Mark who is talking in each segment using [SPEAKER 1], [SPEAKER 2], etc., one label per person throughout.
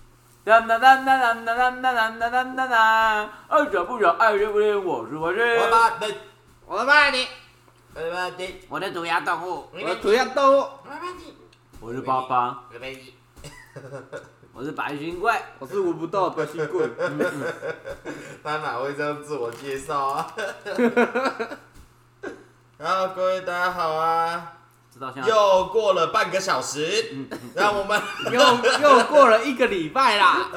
[SPEAKER 1] 当当当当当当当当当当当当，爱转不转，爱认不认，我是我是。
[SPEAKER 2] 我把你，
[SPEAKER 3] 我骂你，
[SPEAKER 2] 我把你，
[SPEAKER 3] 我的涂鸦动物，
[SPEAKER 2] 我
[SPEAKER 3] 我
[SPEAKER 2] 的
[SPEAKER 3] 涂鸦动物，
[SPEAKER 2] 我把你，
[SPEAKER 1] 我是巴巴，
[SPEAKER 2] 我把你，
[SPEAKER 3] 我是白新贵，
[SPEAKER 1] 我是闻不到白新贵。嗯嗯
[SPEAKER 2] 他哪会这样自我介绍啊？然后各位大家好啊，
[SPEAKER 3] 知道现在
[SPEAKER 2] 又过了半个小时，让我们
[SPEAKER 3] 又又过了一个礼拜啦，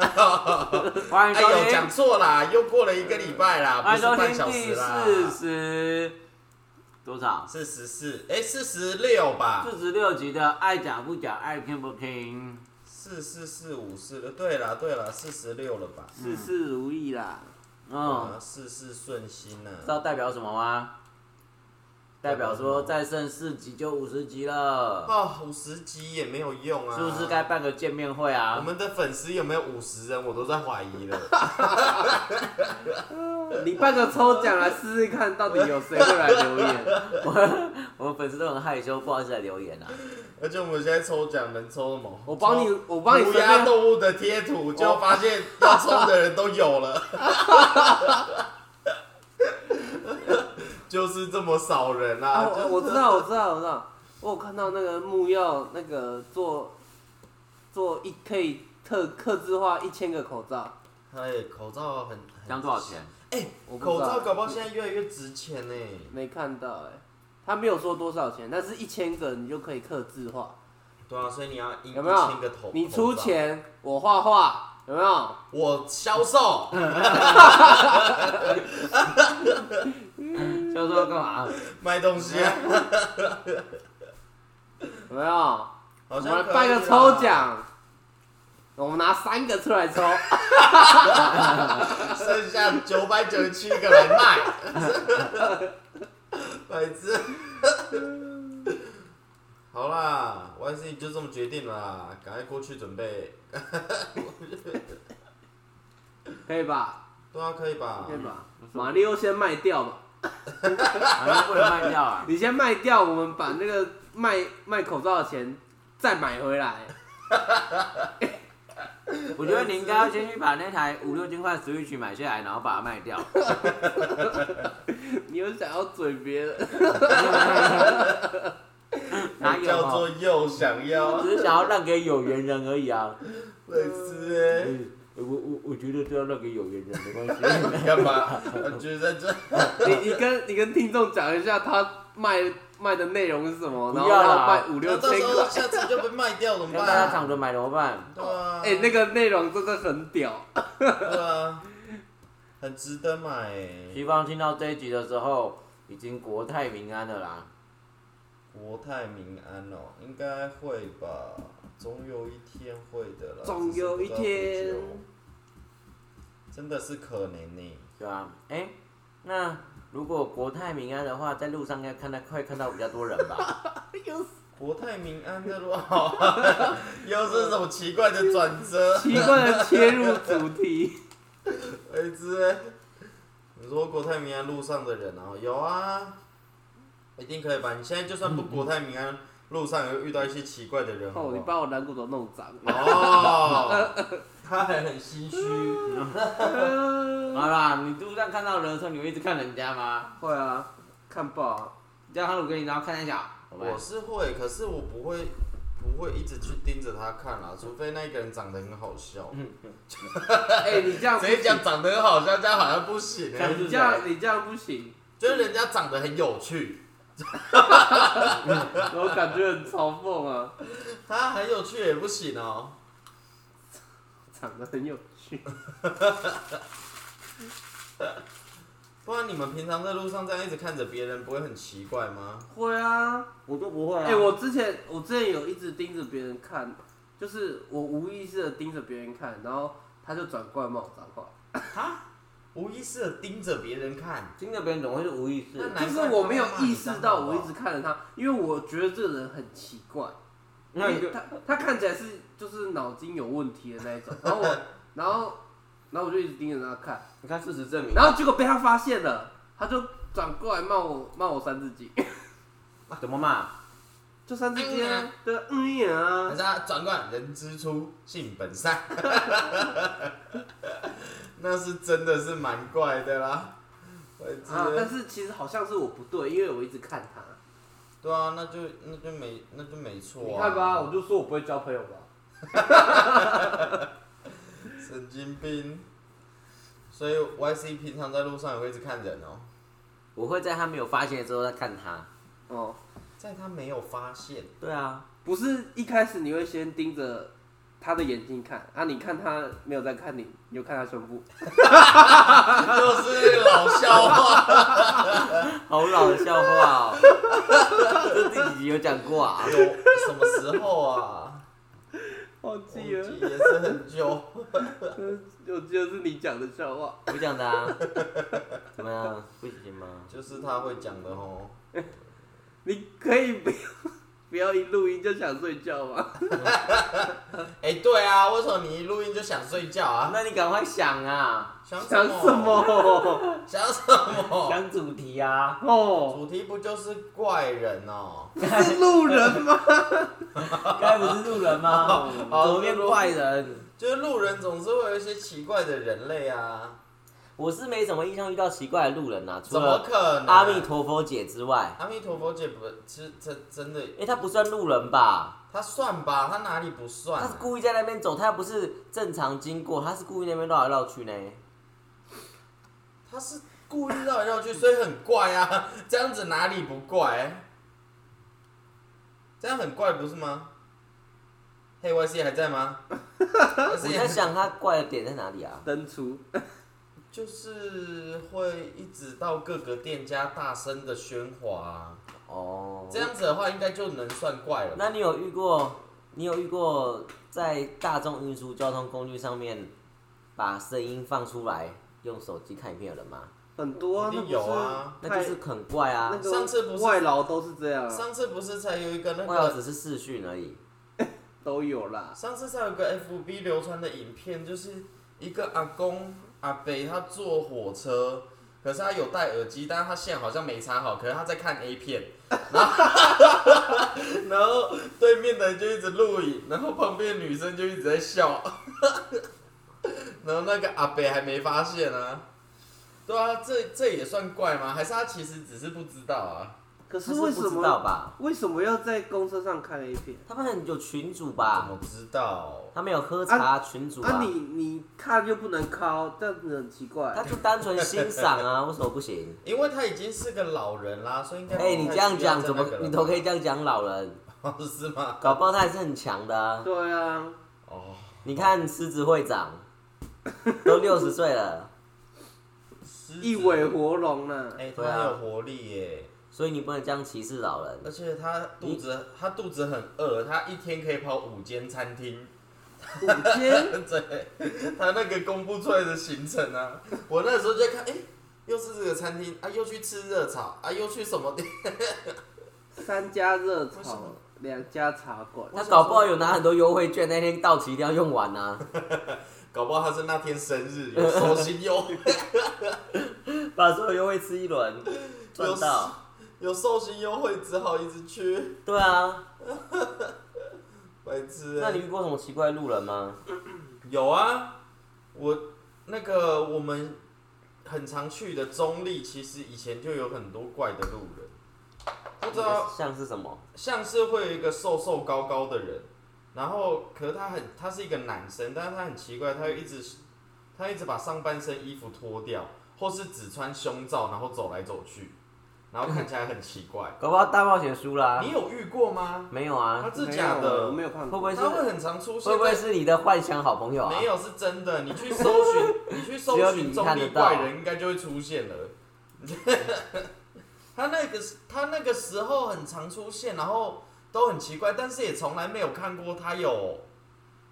[SPEAKER 3] 欢迎
[SPEAKER 2] 哎
[SPEAKER 3] 收
[SPEAKER 2] 呦
[SPEAKER 3] 听
[SPEAKER 2] 讲，错啦，又过了一个礼拜啦，不
[SPEAKER 3] 欢迎
[SPEAKER 2] 是
[SPEAKER 3] 收
[SPEAKER 2] 半
[SPEAKER 3] 听
[SPEAKER 2] 小时
[SPEAKER 3] 第
[SPEAKER 2] 啦，
[SPEAKER 3] 四十多少？
[SPEAKER 2] 四十四，哎，四十六吧，
[SPEAKER 3] 四十六集的爱讲不讲，爱听不听，
[SPEAKER 2] 四四四五四六，对啦对啦，四十六了吧？
[SPEAKER 3] 事事如意啦。嗯
[SPEAKER 2] 啊，，事事顺心呐、
[SPEAKER 3] 知道代表什么吗？代表说再剩四集就五十集了，
[SPEAKER 2] 哦，五十集也没有用啊，
[SPEAKER 3] 是不是该办个见面会
[SPEAKER 2] 我
[SPEAKER 3] 啊？
[SPEAKER 2] 们的粉丝有没有五十人，我都在怀疑 了。
[SPEAKER 1] 你办个抽奖来试试看，到底有谁会来留言？
[SPEAKER 3] 我我们粉丝都很害羞，不好意思来留言啊。
[SPEAKER 2] 而且我们现在抽奖能抽什么？
[SPEAKER 1] 我帮你
[SPEAKER 2] 抽
[SPEAKER 1] 我帮你
[SPEAKER 2] 涂
[SPEAKER 1] 随便
[SPEAKER 2] 鸦动物的贴图，就发现要抽的人都有 了，就是这么少人
[SPEAKER 1] 啊，
[SPEAKER 2] 啊！
[SPEAKER 1] 我
[SPEAKER 2] 就
[SPEAKER 1] 我知道，我知道，我知道。我有看到那个木曜那个做做一可以特刻制化一千个口罩，
[SPEAKER 2] 哎，口罩很
[SPEAKER 3] 这样多少钱？？
[SPEAKER 2] 很哎、
[SPEAKER 1] 我不知
[SPEAKER 2] 口
[SPEAKER 1] 道
[SPEAKER 2] 罩搞不好现在越来越值钱呢、
[SPEAKER 1] 没看到哎、他没有说多少钱，但是一千个你就可以刻制化，
[SPEAKER 2] 对啊，所以你要一
[SPEAKER 1] 有没
[SPEAKER 2] 一千个
[SPEAKER 1] 有
[SPEAKER 2] 头，？
[SPEAKER 1] 你出
[SPEAKER 2] 口罩，
[SPEAKER 1] 钱，我画画，有没有？
[SPEAKER 2] 我销售，
[SPEAKER 3] 就是说干嘛？
[SPEAKER 2] 卖东西 啊，
[SPEAKER 1] 有没有？
[SPEAKER 2] 好
[SPEAKER 1] 我
[SPEAKER 2] 像
[SPEAKER 1] 们
[SPEAKER 2] 可以啊
[SPEAKER 1] 办
[SPEAKER 2] 啦
[SPEAKER 1] 个抽，奖，我们拿三个出来抽，
[SPEAKER 2] 剩下九百九十七个来卖， 白痴。好啦，我还是就这么决定了啦，赶快过去准备。
[SPEAKER 1] 可以吧？
[SPEAKER 2] 对啊，可以吧
[SPEAKER 1] 可？以吧？马里奥先卖掉吧，
[SPEAKER 3] 好像不能卖掉啊。
[SPEAKER 1] 你先卖掉，我们把那个卖卖口罩的钱再买回来。
[SPEAKER 3] 我觉得你应该要先去把那台五六千块 Switch 买下来，然后把它卖掉。
[SPEAKER 1] 你又想要嘴别人？
[SPEAKER 3] 哪有
[SPEAKER 2] 叫做又想要
[SPEAKER 3] 我只是想要让给有缘人而已啊。
[SPEAKER 2] 白痴
[SPEAKER 3] 嗯我我我觉得这要让给有缘人没 关
[SPEAKER 2] 哎，
[SPEAKER 3] 系。
[SPEAKER 2] 干嘛？我觉得这
[SPEAKER 1] 你 你跟你跟听众讲一下他卖卖的内容是什么，然后
[SPEAKER 3] 不要啦
[SPEAKER 1] 他卖五六
[SPEAKER 2] 到
[SPEAKER 1] 千
[SPEAKER 2] 时
[SPEAKER 1] 块
[SPEAKER 2] 候。下次就被卖掉怎么
[SPEAKER 3] 那
[SPEAKER 2] 办？
[SPEAKER 3] 大家抢着买怎么办？
[SPEAKER 2] 对啊，
[SPEAKER 1] 哎、那个内容真的很屌，
[SPEAKER 2] 对啊，很值得买、
[SPEAKER 3] 西方听到这一集的时候，已经国泰民安了啦。
[SPEAKER 2] 国泰民安哦，应该会吧，总有一天会的啦。
[SPEAKER 1] 总有一天
[SPEAKER 2] 只是不知道多久，真的是可能呢、
[SPEAKER 3] 对啊，哎、那如果国泰民安的话，在路上应该看到会看到比较多人 吧？
[SPEAKER 1] 又
[SPEAKER 2] 国泰民安的路， 又是什么奇怪的转折？
[SPEAKER 1] 奇怪的切入主题。
[SPEAKER 2] 儿子，你说国泰民安路上的人啊，有啊，一定可以吧？你现在就算不国泰民安，路上也会遇到一些奇怪的人，好
[SPEAKER 1] 哦，
[SPEAKER 2] 不
[SPEAKER 1] 你
[SPEAKER 2] 好？
[SPEAKER 1] 把我蓝骨头弄脏了。
[SPEAKER 2] 哦，他还很心虚。
[SPEAKER 3] 好啦，你路上看到人的时候，你会一直看人家吗？
[SPEAKER 1] 会啊，看报啊。
[SPEAKER 3] 这样他如果跟你然后看一下，好吧
[SPEAKER 2] 我是会，可是我不会，不会一直去盯着他看啦，除非那个人长得很好笑。
[SPEAKER 1] 嗯哎、你这样不
[SPEAKER 2] 谁
[SPEAKER 1] 行，
[SPEAKER 2] 讲长得很好笑，这样好像不行哎、
[SPEAKER 3] 这样
[SPEAKER 1] 你这样你这样不行，
[SPEAKER 2] 就是人家长得很有趣，
[SPEAKER 1] 我感觉很嘲讽啊，
[SPEAKER 2] 他很有趣也不行哦、
[SPEAKER 1] 长得很有趣。
[SPEAKER 2] 不然你们平常在路上这样一直看着别人，不会很奇怪吗？
[SPEAKER 1] 会啊，
[SPEAKER 3] 我就不会啊。
[SPEAKER 1] 哎、我之前我之前有一直盯着别人看，就是我无意识的盯着别人看，然后他就转过来骂我脏话，
[SPEAKER 2] 无意识的盯着别人看，
[SPEAKER 3] 听着别人总会是无意识
[SPEAKER 2] 那，难怪
[SPEAKER 1] 就是我没有
[SPEAKER 2] 他骂你
[SPEAKER 1] 意识
[SPEAKER 2] 脏
[SPEAKER 1] 到
[SPEAKER 2] 话
[SPEAKER 1] 我一直看着他，因为我觉得这个人很奇怪，因
[SPEAKER 3] 那你
[SPEAKER 1] 为
[SPEAKER 3] 就
[SPEAKER 1] 他他看起来是就是脑筋有问题的那一种，然后我然后然后我就一直盯着他看。
[SPEAKER 3] 你看事实证明，
[SPEAKER 1] 然后结果被他发现了，他就转过来骂我，骂我三字经，
[SPEAKER 3] 怎么骂？
[SPEAKER 1] 就三字经啊，对啊，嗯呀
[SPEAKER 2] 还
[SPEAKER 1] 啊，
[SPEAKER 2] 是他转过来，人之初，性本善， 那是真的是蛮怪的啦。我也觉
[SPEAKER 1] 啊，
[SPEAKER 2] 得
[SPEAKER 1] 但是其实好像是我不对，因为我一直看他。
[SPEAKER 2] 对啊，那就那就没那就没错、啊。
[SPEAKER 1] 你看吧，我就说我不会交朋友吧。
[SPEAKER 2] 神经病。所以 YC 平常在路上也会一直看人哦，
[SPEAKER 3] 我会在他没有发现的时候再看他。
[SPEAKER 1] 哦，
[SPEAKER 2] 在他没有发现，
[SPEAKER 3] 对啊，
[SPEAKER 1] 不是一开始你会先盯着他的眼睛看啊，你看他没有在看你，你就看他胸部。
[SPEAKER 2] 就是那个老笑话。
[SPEAKER 3] 好老的笑话哦， 这第几集有讲过啊？
[SPEAKER 2] 有什么时候啊？
[SPEAKER 1] 忘
[SPEAKER 2] 我记也是很久。
[SPEAKER 1] 我记得是你讲的笑话。
[SPEAKER 3] 我讲的啊，怎么样？不行吗？
[SPEAKER 2] 就是他会讲的哦。
[SPEAKER 1] 你可以不要 不要一录音就想睡觉 吗？
[SPEAKER 2] 哎、对啊，为什么你一录音就想睡觉啊？
[SPEAKER 3] 那你赶快想啊，
[SPEAKER 2] 想什
[SPEAKER 1] 想
[SPEAKER 2] 么？
[SPEAKER 1] 什么？
[SPEAKER 2] 想什么？
[SPEAKER 3] 想主题啊。
[SPEAKER 1] 哦，
[SPEAKER 2] 主题不就是怪人哦？
[SPEAKER 1] 是路人吗？
[SPEAKER 3] 该不是路人 吗？怎么变怪人？
[SPEAKER 2] 就是路人总是会有一些奇怪的人类啊，
[SPEAKER 3] 我是没什么印象遇到奇怪的路人啊，除
[SPEAKER 2] 怎么
[SPEAKER 3] 了
[SPEAKER 2] 可能？
[SPEAKER 3] 阿弥陀佛姐之外，
[SPEAKER 2] 阿弥陀佛姐不，其实真真的，
[SPEAKER 3] 哎、她不算路人吧？
[SPEAKER 2] 他算吧，他哪里不算、啊
[SPEAKER 3] 她是故意在那边走，她又不是正常经过，她是故意那边绕来绕去呢。
[SPEAKER 2] 他是故意绕来绕去，所以很怪啊， 这样子哪里不怪？啊这样很怪不是吗？嘿，YC 还在吗？我
[SPEAKER 3] 我在想她怪的点在哪里啊？
[SPEAKER 1] 登出，
[SPEAKER 2] 就是会一直到各个店家大声的喧哗啊、
[SPEAKER 3] 哦，
[SPEAKER 2] 这样子的话应该就能算怪了吧。
[SPEAKER 3] 那你有遇过，你有遇过在大众运输交通工具上面把声音放出来，用手机看影片的人吗？
[SPEAKER 1] 很多啊，
[SPEAKER 2] 一定有啊
[SPEAKER 1] 那
[SPEAKER 3] 那
[SPEAKER 1] 不
[SPEAKER 3] 就是是很怪
[SPEAKER 1] 太
[SPEAKER 3] 啊
[SPEAKER 1] 那。个
[SPEAKER 2] 上次不是
[SPEAKER 1] 外劳都是这样啊，
[SPEAKER 2] 上次不是才有一个那
[SPEAKER 3] 外劳
[SPEAKER 2] 个，
[SPEAKER 3] 只是视讯而已，
[SPEAKER 1] 都有啦。
[SPEAKER 2] 上次才有个 FB 流传的影片，就是一个阿公阿伯他坐火车，可是他有戴耳机，但是他线好像没插好，可是他在看 A 片， 然后然后对面的人就一直录影，然后旁边的女生就一直在笑， 然后那个阿伯还没发现啊。对啊，这这也算怪吗？还是他其实只是不知道啊？
[SPEAKER 1] 可
[SPEAKER 3] 他
[SPEAKER 1] 是为
[SPEAKER 3] 是
[SPEAKER 1] 什
[SPEAKER 3] 不知道
[SPEAKER 1] 么
[SPEAKER 3] 吧？
[SPEAKER 1] 为什么要在公车上看 A 片？
[SPEAKER 3] 他们很有群主
[SPEAKER 2] 怎
[SPEAKER 3] 吧？
[SPEAKER 2] 么知道？
[SPEAKER 3] 他们有喝茶群主
[SPEAKER 1] 啊你，你看又不能敲，这样子很奇怪
[SPEAKER 3] 他。就单纯欣赏啊，为什么不行？
[SPEAKER 2] 因为他已经是个老人啦，所以应该不
[SPEAKER 3] 哎、
[SPEAKER 2] 太
[SPEAKER 3] 你这样讲
[SPEAKER 2] 需
[SPEAKER 3] 怎
[SPEAKER 2] 要
[SPEAKER 3] 么
[SPEAKER 2] 再那个了吧？
[SPEAKER 3] 你都可以这样讲老人，
[SPEAKER 2] 哦，是吗？
[SPEAKER 3] 搞不好他还是很强的啊。
[SPEAKER 1] 对啊，
[SPEAKER 2] 哦，
[SPEAKER 3] 你看狮子会长都六十岁了，
[SPEAKER 2] 狮子
[SPEAKER 1] 一尾，活龙呢、
[SPEAKER 2] 哎、他
[SPEAKER 3] 对啊
[SPEAKER 2] 很有活力耶，
[SPEAKER 3] 所以你不能这样歧视老人。
[SPEAKER 2] 而且他肚子他肚子很饿，他一天可以跑五间餐厅，
[SPEAKER 1] 五间
[SPEAKER 2] 对，他那个公布出来的行 程啊，我那时候就在看，哎、又是这个餐厅啊，又去吃热炒啊，又去什么店？
[SPEAKER 1] 三家热
[SPEAKER 2] 为什
[SPEAKER 1] 炒
[SPEAKER 2] 么，
[SPEAKER 1] 两家茶馆。
[SPEAKER 3] 他搞不好有拿很多优惠券，那天到期一定要用完啊！
[SPEAKER 2] 搞不好他是那天生日，有手心优，
[SPEAKER 3] 把所有优惠吃一轮，赚到。
[SPEAKER 2] 有寿星优惠，只好一直去，
[SPEAKER 3] 对啊，
[SPEAKER 2] 白痴、欸。
[SPEAKER 3] 那你遇过什么奇怪的路人吗？
[SPEAKER 2] 有啊，我那个我们很常去的中立，其实以前就有很多怪的路人，不知道
[SPEAKER 3] 像是什么？
[SPEAKER 2] 像是会有一个瘦瘦高高的人，然后可是他很他是一个男生，但是他很奇怪，他会一直他一直把上半身衣服脱掉，或是只穿胸罩然后走来走去，然后看起来很奇 怪。
[SPEAKER 3] 搞不好大冒险输啦、
[SPEAKER 2] 你有遇过吗？
[SPEAKER 3] 没有
[SPEAKER 2] 他
[SPEAKER 3] 啊？
[SPEAKER 2] 是假
[SPEAKER 1] 没有
[SPEAKER 2] 的
[SPEAKER 1] 我，没有看
[SPEAKER 3] 会
[SPEAKER 1] 过。
[SPEAKER 3] 不会是
[SPEAKER 2] 他会很常出现
[SPEAKER 3] 会不会
[SPEAKER 2] 在
[SPEAKER 3] 是你的幻想好朋友啊？
[SPEAKER 2] 没有是真的，你去搜寻， 你去搜
[SPEAKER 3] 只有
[SPEAKER 2] 寻
[SPEAKER 3] 你
[SPEAKER 2] 中
[SPEAKER 3] 看
[SPEAKER 2] 立
[SPEAKER 3] 得
[SPEAKER 2] 怪
[SPEAKER 3] 到
[SPEAKER 2] 人，应该就会出现了。 他那个时他那个时候很常出现，然后都很奇怪，但是也从来没有看过他有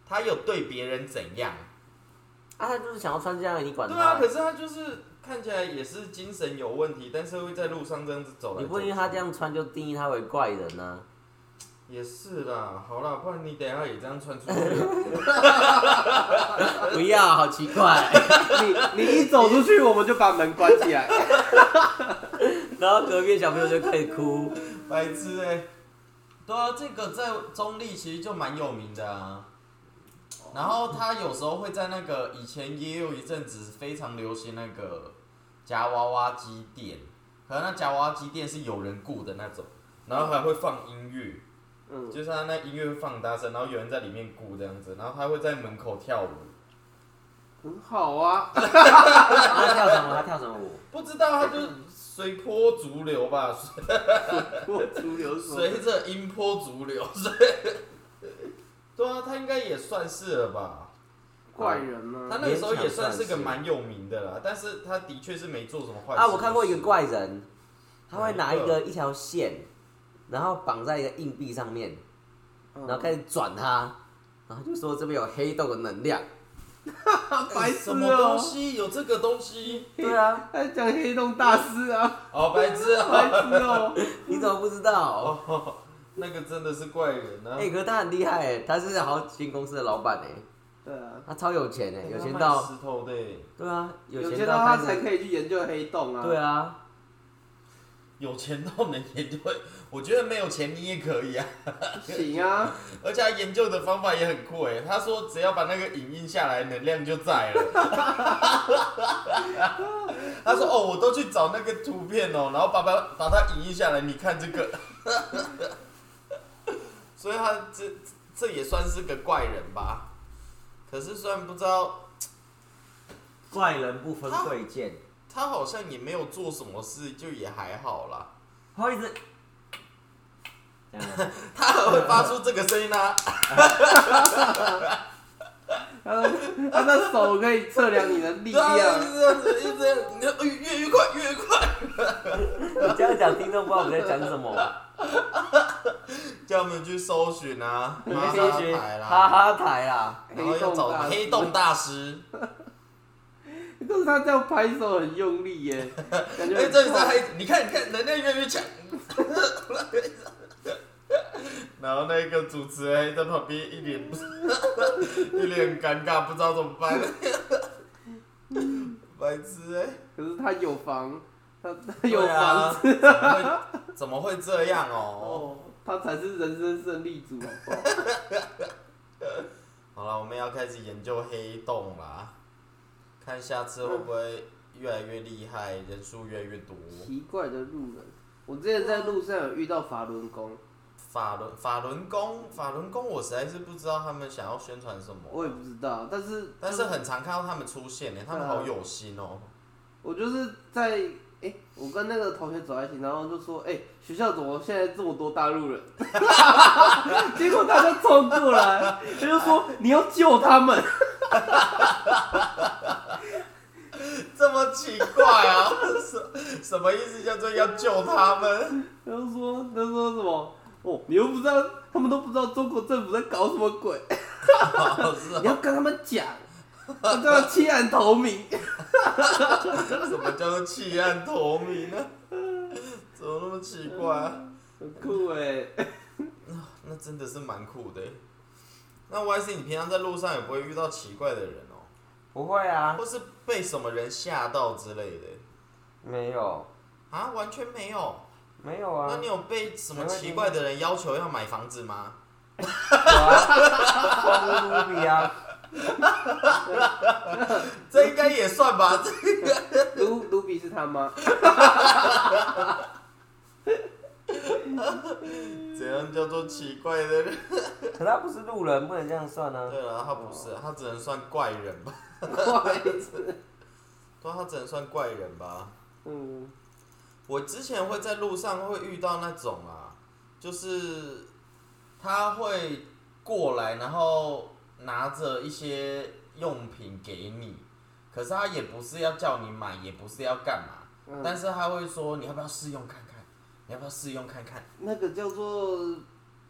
[SPEAKER 2] 他有对别人怎样。
[SPEAKER 3] 啊，他就是想要穿这样的，你管
[SPEAKER 2] 对啊，
[SPEAKER 3] 他
[SPEAKER 2] 可？是他就是看起来也是精神有问题，但是会在路上这样子走来
[SPEAKER 3] 你
[SPEAKER 2] 走
[SPEAKER 3] 不
[SPEAKER 2] 去。
[SPEAKER 3] 因为他这样穿就定义他为怪人 啊？
[SPEAKER 2] 也是啦，好啦，不然你等一下也这样穿出去。
[SPEAKER 3] 不要，好奇怪。
[SPEAKER 1] 你你一走出去，我们就把门关起来。
[SPEAKER 3] 然后隔壁的小朋友就开始哭。
[SPEAKER 2] 白痴哎、对啊，这个在中立其实就蛮有名的啊。然后他有时候会在那个以前也有一阵子非常流行那个夹娃娃机店，可能那夹娃娃机店是有人雇的那种，然后还会放音乐，
[SPEAKER 1] 嗯，
[SPEAKER 2] 就是他那音乐会放很大声，然后有人在里面雇这样子，然后他会在门口跳舞。
[SPEAKER 1] 很好啊。
[SPEAKER 3] 他跳什么？他跳什么舞？
[SPEAKER 2] 不知道他就随波逐流吧，随
[SPEAKER 1] 我主流什么？
[SPEAKER 2] 随着音波逐流，所以对啊，他应该也算是了吧。
[SPEAKER 1] 怪人啊吗？
[SPEAKER 2] 他那个时候也嗯算是个蛮有名的啦，但是他的确是没做什么坏事。
[SPEAKER 3] 啊，我看过一个，怪人，他会拿
[SPEAKER 2] 哪一
[SPEAKER 3] 一
[SPEAKER 2] 个
[SPEAKER 3] 个一条线，然后绑在一个硬币上面，然后
[SPEAKER 1] 嗯
[SPEAKER 3] 开始转它，然后就说这边有黑洞的能量。
[SPEAKER 1] 白痴
[SPEAKER 2] 什么东
[SPEAKER 1] 哦，
[SPEAKER 2] 西有这个东西？
[SPEAKER 3] 对啊，
[SPEAKER 1] 他讲黑洞大师啊，
[SPEAKER 2] 哦，白痴啊！
[SPEAKER 1] 白痴哦。
[SPEAKER 3] 你怎么不知道？
[SPEAKER 2] 哦， 那个真的是怪人啊
[SPEAKER 3] 哎、！可是他很厉害哎，他是好几间公司的老板哎，
[SPEAKER 1] 对啊，
[SPEAKER 3] 他超有钱哎，有钱
[SPEAKER 2] 他卖
[SPEAKER 3] 到
[SPEAKER 2] 石头的耶，
[SPEAKER 3] 对啊，
[SPEAKER 1] 有
[SPEAKER 3] 钱
[SPEAKER 1] 钱到他
[SPEAKER 3] 开
[SPEAKER 1] 才
[SPEAKER 3] 始
[SPEAKER 1] 可以去研究黑洞啊。
[SPEAKER 3] 对，啊，
[SPEAKER 2] 有钱到能研究，我觉得没有钱你也可以啊。
[SPEAKER 1] 行啊，
[SPEAKER 2] 而且他研究的方法也很酷哎，他说只要把那个影印下来，能量就在了。 他说哦，我都去找那个图片哦，然后把它把它影印下来，你看这个。 所以他这这也算是个怪人吧。可是虽然不知道，
[SPEAKER 3] 怪人不分
[SPEAKER 2] 他
[SPEAKER 3] 贵贱，
[SPEAKER 2] 他好像也没有做什么事，就也还好啦。
[SPEAKER 3] 他会一 直这样啊
[SPEAKER 2] 他还会发出这个声音啊呢、
[SPEAKER 1] 他的他的手可以测量你的 力
[SPEAKER 2] 对啊，就
[SPEAKER 1] 量。
[SPEAKER 2] 是这样子，一直这样，你就越越越快，越越快。
[SPEAKER 3] 你这样讲，听众不知道我们在讲 什么。
[SPEAKER 2] 叫他们去搜寻啊，
[SPEAKER 3] 你
[SPEAKER 2] 玛
[SPEAKER 3] 可
[SPEAKER 2] 莎
[SPEAKER 3] 以学
[SPEAKER 2] 牌
[SPEAKER 3] 哈
[SPEAKER 2] 啦，
[SPEAKER 3] 哈台啦，
[SPEAKER 2] 然后要
[SPEAKER 1] 黑洞
[SPEAKER 2] 找
[SPEAKER 1] 大
[SPEAKER 2] 黑洞大师。
[SPEAKER 1] 可是他这样拍手很用力耶，感
[SPEAKER 2] 哎
[SPEAKER 1] 觉， 很
[SPEAKER 2] 这里是黑，你看，你看，能量越来越强。 然后那个主持人在旁边一脸 一脸尴尬，不知道怎么办。 白痴哎、
[SPEAKER 1] 可是他有房，他他
[SPEAKER 2] 欸，
[SPEAKER 1] 有
[SPEAKER 2] 对
[SPEAKER 1] 房
[SPEAKER 2] 啊
[SPEAKER 1] 子，，
[SPEAKER 2] 怎么会怎么会这样哦？
[SPEAKER 1] 哦，他才是人生胜利组，好不好？
[SPEAKER 2] 好了，我们要开始研究黑洞啦，看下次会不会越来越厉害，人数越来越多。
[SPEAKER 1] 奇怪的路人，我之前在路上有遇到法轮功，
[SPEAKER 2] 法轮法轮功，法轮功，我实在是不知道他们想要宣传什么，
[SPEAKER 1] 我也不知道，但是
[SPEAKER 2] 但是很常看到他们出现欸呢、他们好有心哦、
[SPEAKER 1] 我就是在哎、我跟那个同学走在一起，然后就说哎、学校怎么现在这么多大陆人？ 结果他就冲过来，他就说你要救他们，
[SPEAKER 2] 这么奇怪啊， 什什么意思？叫做要救他们？
[SPEAKER 1] 他就说他说什么哦，你又不知道，他们都不知道中国政府在搞什么鬼，
[SPEAKER 2] 哦是
[SPEAKER 1] 你要跟他们讲，他就要弃暗投明。
[SPEAKER 2] 什么叫做弃暗投明呢、 怎么那么奇怪、啊？
[SPEAKER 1] 很酷哎、
[SPEAKER 2] 那真的是蛮酷的欸、那 Y C，你平常在路上也不会遇到奇怪的人哦、
[SPEAKER 3] 不会啊，
[SPEAKER 2] 或是被什么人吓到之类的
[SPEAKER 3] 没有，
[SPEAKER 2] 啊？完全没有。
[SPEAKER 3] 没有啊
[SPEAKER 2] 那，你有被什么奇怪的人要求要买房子吗？
[SPEAKER 3] 有啊，花不比啊，
[SPEAKER 2] 这应该也算吧。这
[SPEAKER 1] 卢卢比是他妈，
[SPEAKER 2] 怎样叫做奇怪的人？
[SPEAKER 3] 可他不是路人，不能这样算啊。
[SPEAKER 2] 对了，他不是，他只能算怪人吧？
[SPEAKER 1] 怪子。
[SPEAKER 2] 对啊，他只能算怪人吧。
[SPEAKER 1] 嗯，
[SPEAKER 2] 我之前会在路上会遇到那种啊，就是他会过来，然后拿着一些用品给你，可是他也不是要叫你买，也不是要干嘛，
[SPEAKER 1] 嗯
[SPEAKER 2] 但是他会说你要不要试用看看，你要不要试用看看。
[SPEAKER 1] 那个叫做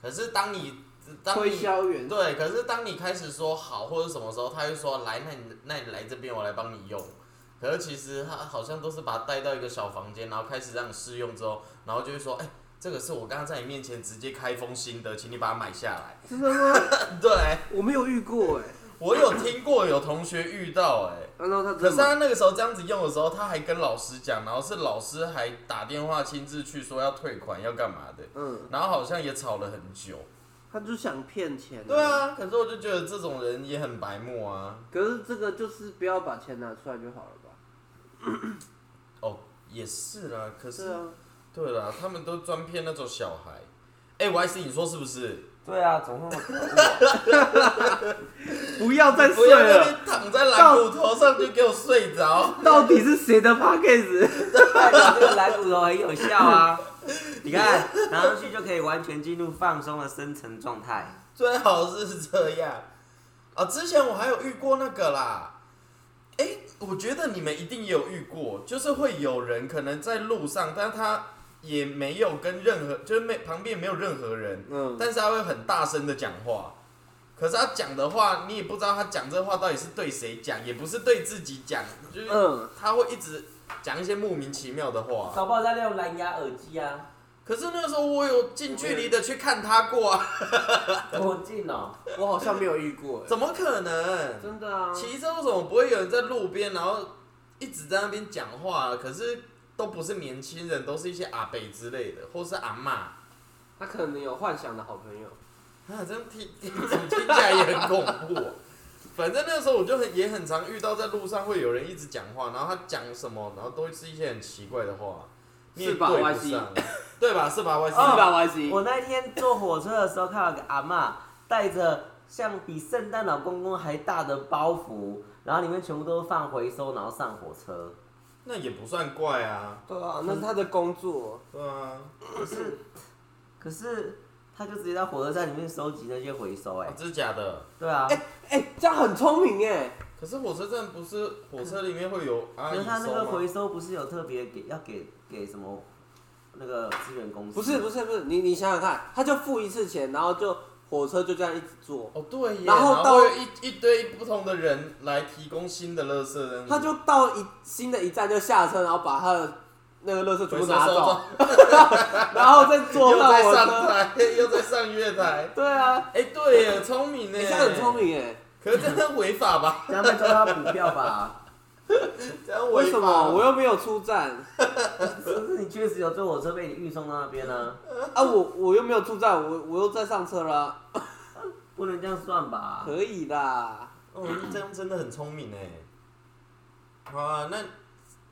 [SPEAKER 2] 可是当你当
[SPEAKER 1] 推
[SPEAKER 2] 你
[SPEAKER 1] 销员，
[SPEAKER 2] 对，可是当你开始说好或者什么时候，他会说来，那你那你来这边，我来帮你用。可是其实他好像都是把他带到一个小房间，然后开始让你试用之后，然后就会说，哎、这个是我刚刚在你面前直接开封新的，请你把它买下来。
[SPEAKER 1] 真的吗？
[SPEAKER 2] 对，
[SPEAKER 1] 我没有遇过哎、
[SPEAKER 2] 我有听过有同学遇到哎、
[SPEAKER 1] 然后他
[SPEAKER 2] 可
[SPEAKER 1] 真
[SPEAKER 2] 是
[SPEAKER 1] 的
[SPEAKER 2] 他那个时候这样子用的时候，他还跟老师讲，然后是老师还打电话亲自去说要退款要干嘛的，
[SPEAKER 1] 嗯，
[SPEAKER 2] 然后好像也吵了很久。
[SPEAKER 1] 他就想骗钱、
[SPEAKER 2] 对，啊，可是我就觉得这种人也很白目啊。
[SPEAKER 1] 可是这个就是不要把钱拿出来就好了吧？
[SPEAKER 2] 哦，也是啦，可
[SPEAKER 1] 是
[SPEAKER 2] 是
[SPEAKER 1] 啊，
[SPEAKER 2] 对啦，他们都专骗那种小孩。哎、我还是你说是不是？
[SPEAKER 3] 对啊，总会可恶
[SPEAKER 1] 不要再
[SPEAKER 2] 不啊
[SPEAKER 1] 睡
[SPEAKER 2] 要在那
[SPEAKER 1] 了，
[SPEAKER 2] 边躺在蓝骨头上就给我睡着。
[SPEAKER 1] 到底是谁的 p a c k a g e
[SPEAKER 3] 代表这个蓝骨头很有效啊！你看，拿上去就可以完全进入放松的深层状态。
[SPEAKER 2] 最好是这样啊。之前我还有遇过那个啦，哎、我觉得你们一定也有遇过，就是会有人可能在路上，但是他也没有跟任何，就是没旁边没有任何人，
[SPEAKER 1] 嗯，
[SPEAKER 2] 但是他会很大声的讲话。可是他讲的话，你也不知道他讲这话到底是对谁讲，也不是对自己讲，就是
[SPEAKER 1] 嗯
[SPEAKER 2] 他会一直讲一些莫名其妙的话。
[SPEAKER 3] 搞不好在用蓝牙耳机啊，
[SPEAKER 2] 可是那个时候我有近距离的去看他过啊，
[SPEAKER 3] 多近哦！
[SPEAKER 1] 我好像没有遇过、
[SPEAKER 2] 怎么可能？
[SPEAKER 1] 真的啊，
[SPEAKER 2] 骑车为什么不会有人在路边，然后一直在那边讲话？啊可是都不是年轻人，都是一些阿伯之类的，或是阿嬷。
[SPEAKER 1] 他可能有幻想的好朋友，
[SPEAKER 2] 啊，这样听听听起来也很恐怖、哦 反正那时候我就很也很常遇到，在路上会有人一直讲话，然后他讲什么，然后都是一些很奇怪的话，你也
[SPEAKER 1] 是吧
[SPEAKER 2] 对不
[SPEAKER 1] YC
[SPEAKER 2] 上， 对吧？是吧？Y
[SPEAKER 1] 是
[SPEAKER 2] C，、
[SPEAKER 1] 吧？Y C，
[SPEAKER 3] 我那一天坐火车的时候，看到一个阿嬷带着像比圣诞老公公还大的包袱，然后里面全部都放回收，然后上火车。
[SPEAKER 2] 那也不算怪啊，
[SPEAKER 1] 对啊，那是他的工作，
[SPEAKER 2] 对啊，
[SPEAKER 3] 可是，可是他就直接在火车站里面收集那些回收、哎
[SPEAKER 2] 啊，真的假的？
[SPEAKER 3] 对啊，
[SPEAKER 1] 哎、这样很聪明哎、
[SPEAKER 2] 可是火车站不是火车里面会有阿
[SPEAKER 3] 可
[SPEAKER 2] 姨
[SPEAKER 3] 是他那
[SPEAKER 2] 收
[SPEAKER 3] 个
[SPEAKER 2] 吗
[SPEAKER 3] 回收不是有特别给要给给什么那个资源公司？
[SPEAKER 4] 不是不
[SPEAKER 3] 是，
[SPEAKER 4] 是不是，你你想想看，他就付一次钱，然后就火车就这样一直坐，
[SPEAKER 2] 哦，对耶，
[SPEAKER 4] 然后到
[SPEAKER 2] 会有一一堆不同的人来提供新的垃圾这样子，
[SPEAKER 4] 他就到一新的一站就下车，然后把他的那个垃圾全
[SPEAKER 2] 回收
[SPEAKER 4] 部拿
[SPEAKER 2] 收
[SPEAKER 4] 走，
[SPEAKER 2] 走，
[SPEAKER 4] 然后再 坐
[SPEAKER 2] 又
[SPEAKER 4] 上
[SPEAKER 2] 在
[SPEAKER 4] 火
[SPEAKER 2] 上
[SPEAKER 4] 车。
[SPEAKER 2] 台， 又在上月台。
[SPEAKER 4] 对啊，
[SPEAKER 2] 哎、对耶，聪明呢、
[SPEAKER 4] 你这样很聪，明哎，
[SPEAKER 2] 可是这样违法吧？
[SPEAKER 3] 这样会抓到股票吧？
[SPEAKER 2] 这样
[SPEAKER 4] 为
[SPEAKER 2] 违
[SPEAKER 4] 什
[SPEAKER 2] 法
[SPEAKER 4] 么我又没有出站
[SPEAKER 3] 是不是你确实有坐火车被你运送到那边呢、
[SPEAKER 4] 啊？我我又没有出站，我我又在上车了，
[SPEAKER 3] 不能这样算吧？
[SPEAKER 4] 可以啦。
[SPEAKER 2] 哦，这样真的很聪明呢。好啊，那